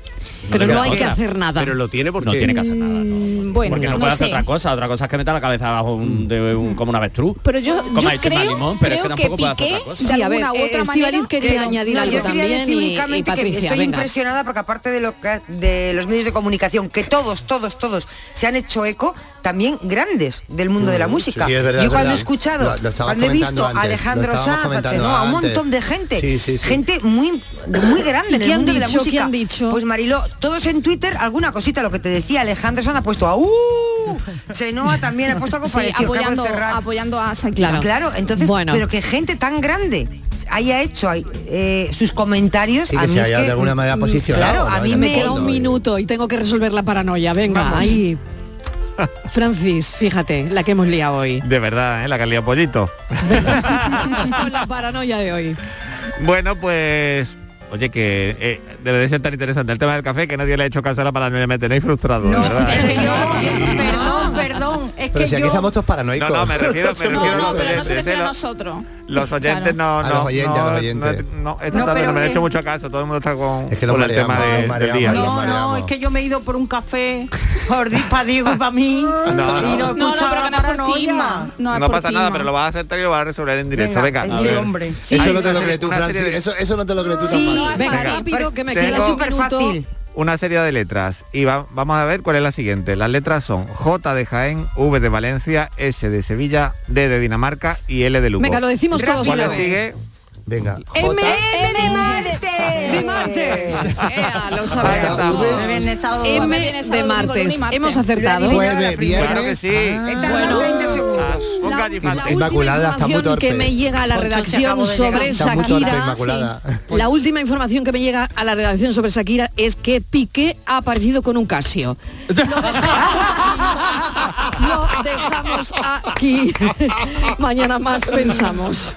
Pero
le queda
no hay que
otra.
hacer nada. Pero
lo tiene
porque no tiene que hacer nada.
Mm, Bueno,
Porque no,
no,
puede hacer
sé.
otra cosa, otra cosa es que meta la cabeza abajo un- de un- como una avestruz.
Pero yo,
como
yo
ha hecho
creo,
Marimón, pero es que
creo
tampoco puede hacer
Piqué,
otra cosa.
de
Sí, a ver,
alguna u
eh,
otra
Estíbaliz
manera,
quería
creo-
añadir
No,
algo
yo quería
también
decir
y-
únicamente
y Patricia,
que estoy
venga.
impresionada porque aparte de, lo que- de los medios de comunicación, que todos, todos, todos se han hecho eco, también grandes del mundo de la
Mm,
música.
sí, es verdad,
Yo
es
cuando he
verdad.
escuchado,
Lo- lo estabas
cuando he visto
comentando antes,
a
lo
Alejandro
estábamos
Sanz,
comentando
Chenoa, a un
antes.
montón de gente,
Sí, sí, sí.
gente muy, muy grande en
¿Y qué
el
han
mundo de la
dicho? ¿Qué
música.
han
Pues Mariló, todos en Twitter, alguna cosita, lo que te decía, Alejandro Sanz ha puesto a uh, Chenoa también ha puesto algo
Sí,
parecido, Carlos
apoyando,
Ferrán.
apoyando a Shakira.
Claro. entonces, pero que gente tan grande haya hecho eh, sus comentarios
Sí, que
a mí
se
es
haya
que,
de alguna manera
mm,
posicionado,
Claro,
¿no?
a mí
En
me
el
Me queda un minuto y tengo que resolver la paranoia. Venga, ahí. Francis, fíjate, la que hemos liado hoy.
De verdad, ¿eh? la calidad pollito.
Vamos con la paranoia de hoy.
Bueno, pues... Oye, que eh, debe de ser tan interesante el tema del café que nadie le ha hecho caso a la paranoia. Me tenéis frustrado, de verdad. ¿eh?
Perdón, perdón. Es
Pero
que
si aquí
yo-
estamos
todos paranoicos.
No, no, me refiero- me
No,
refiero
no,
a
pero
los
no
oyentes,
se refiere
¿eh?
a
Los-
nosotros.
Los oyentes no, no,
A los oyentes,
no,
a los oyentes.
No, esta tarde no me han hecho mucho caso, todo el mundo está con,
que lo
con el tema
mareamos,
de-
lo
del
mareamos,
día.
lo
No, no, es que yo me he ido por un café por Di- para Diego y para mí.
no.
Y no
No,
he
no,
escuchado
pero
la
que no es por
paranoia.
chisma. No, pasa nada, pero lo vas a aceptar y lo vas a resolver en directo.
Venga,
Venga,
el
a ver.
hombre.
Hay
Eso no te
una
lo
serie-
crees tú,
una
Francis.
serie de-
Eso, eso no te lo crees tú tampoco.
Venga,
Venga.
rápido, que me
Tengo-
queda súper fácil.
una serie de letras y va- vamos a ver cuál es la siguiente. Las letras son J de Jaén, V de Valencia, S de Sevilla, D de Dinamarca y L de Lugo.
Venga, lo decimos todos
¿Cuál
una
le
vez.
sigue?
Venga.
M,
de Marte.
De Marte. Ea, lo sabemos.
estamos.
todos.
Me
viene sábado, me viene
M de
sábado, domingo,
martes.
lunes y martes.
Hemos acertado.
Jueves, viernes.
Claro que sí.
Ah.
Ah,
Bueno,
Inmaculada, está muy
información
torpe.
que me llega a la
Concha, si
redacción
acabo de
sobre
llegar. Está muy
torpe,
Shakira.
Inmaculada.
sí. La última información que me llega a la redacción sobre Shakira es que Piqué ha aparecido con un Casio. Lo dejamos aquí. Mañana más pensamos.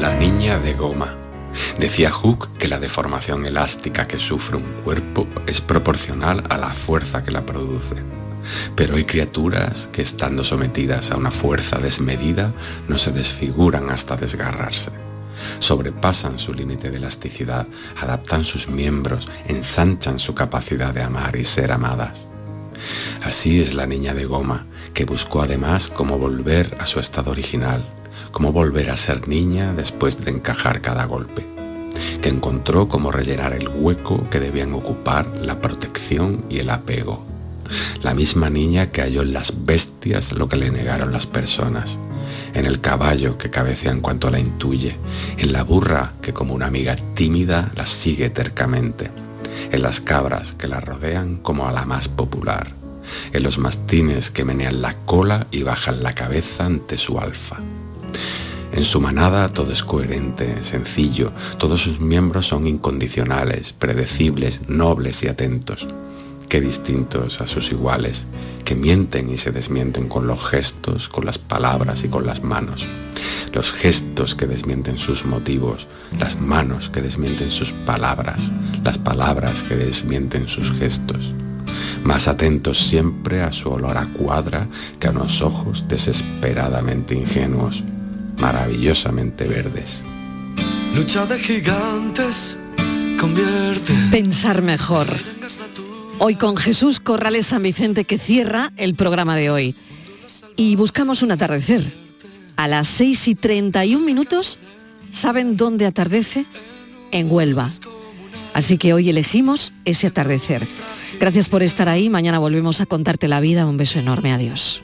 La niña de goma. Decía Hooke que la deformación elástica que sufre un cuerpo es proporcional a la fuerza que la produce. Pero hay criaturas que estando sometidas a una fuerza desmedida no se desfiguran hasta desgarrarse. Sobrepasan su límite de elasticidad, adaptan sus miembros, ensanchan su capacidad de amar y ser amadas. Así es la niña de goma, que buscó además cómo volver a su estado original, cómo volver a ser niña después de encajar cada golpe, que encontró cómo rellenar el hueco que debían ocupar la protección y el apego. La misma niña que halló en las bestias lo que le negaron las personas, en el caballo que cabecea en cuanto la intuye, en la burra que como una amiga tímida la sigue tercamente, en las cabras que la rodean como a la más popular, en los mastines que menean la cola y bajan la cabeza ante su alfa. En su manada todo es coherente, sencillo, todos sus miembros son incondicionales, predecibles, nobles y atentos. Qué distintos a sus iguales, que mienten y se desmienten con los gestos, con las palabras y con las manos. Los gestos que desmienten sus motivos, las manos que desmienten sus palabras, las palabras que desmienten sus gestos más atentos siempre a su olor a cuadra que a unos ojos desesperadamente ingenuos, maravillosamente verdes.
Lucha de gigantes convierte.
Pensar mejor. Hoy con Jesús Corrales San Vicente que cierra el programa de hoy. Y buscamos un atardecer. A las 6 y 31 minutos, ¿saben dónde atardece? En Huelva. Así que hoy elegimos ese atardecer. Gracias por estar ahí. Mañana volvemos a contarte la vida. Un beso enorme. Adiós.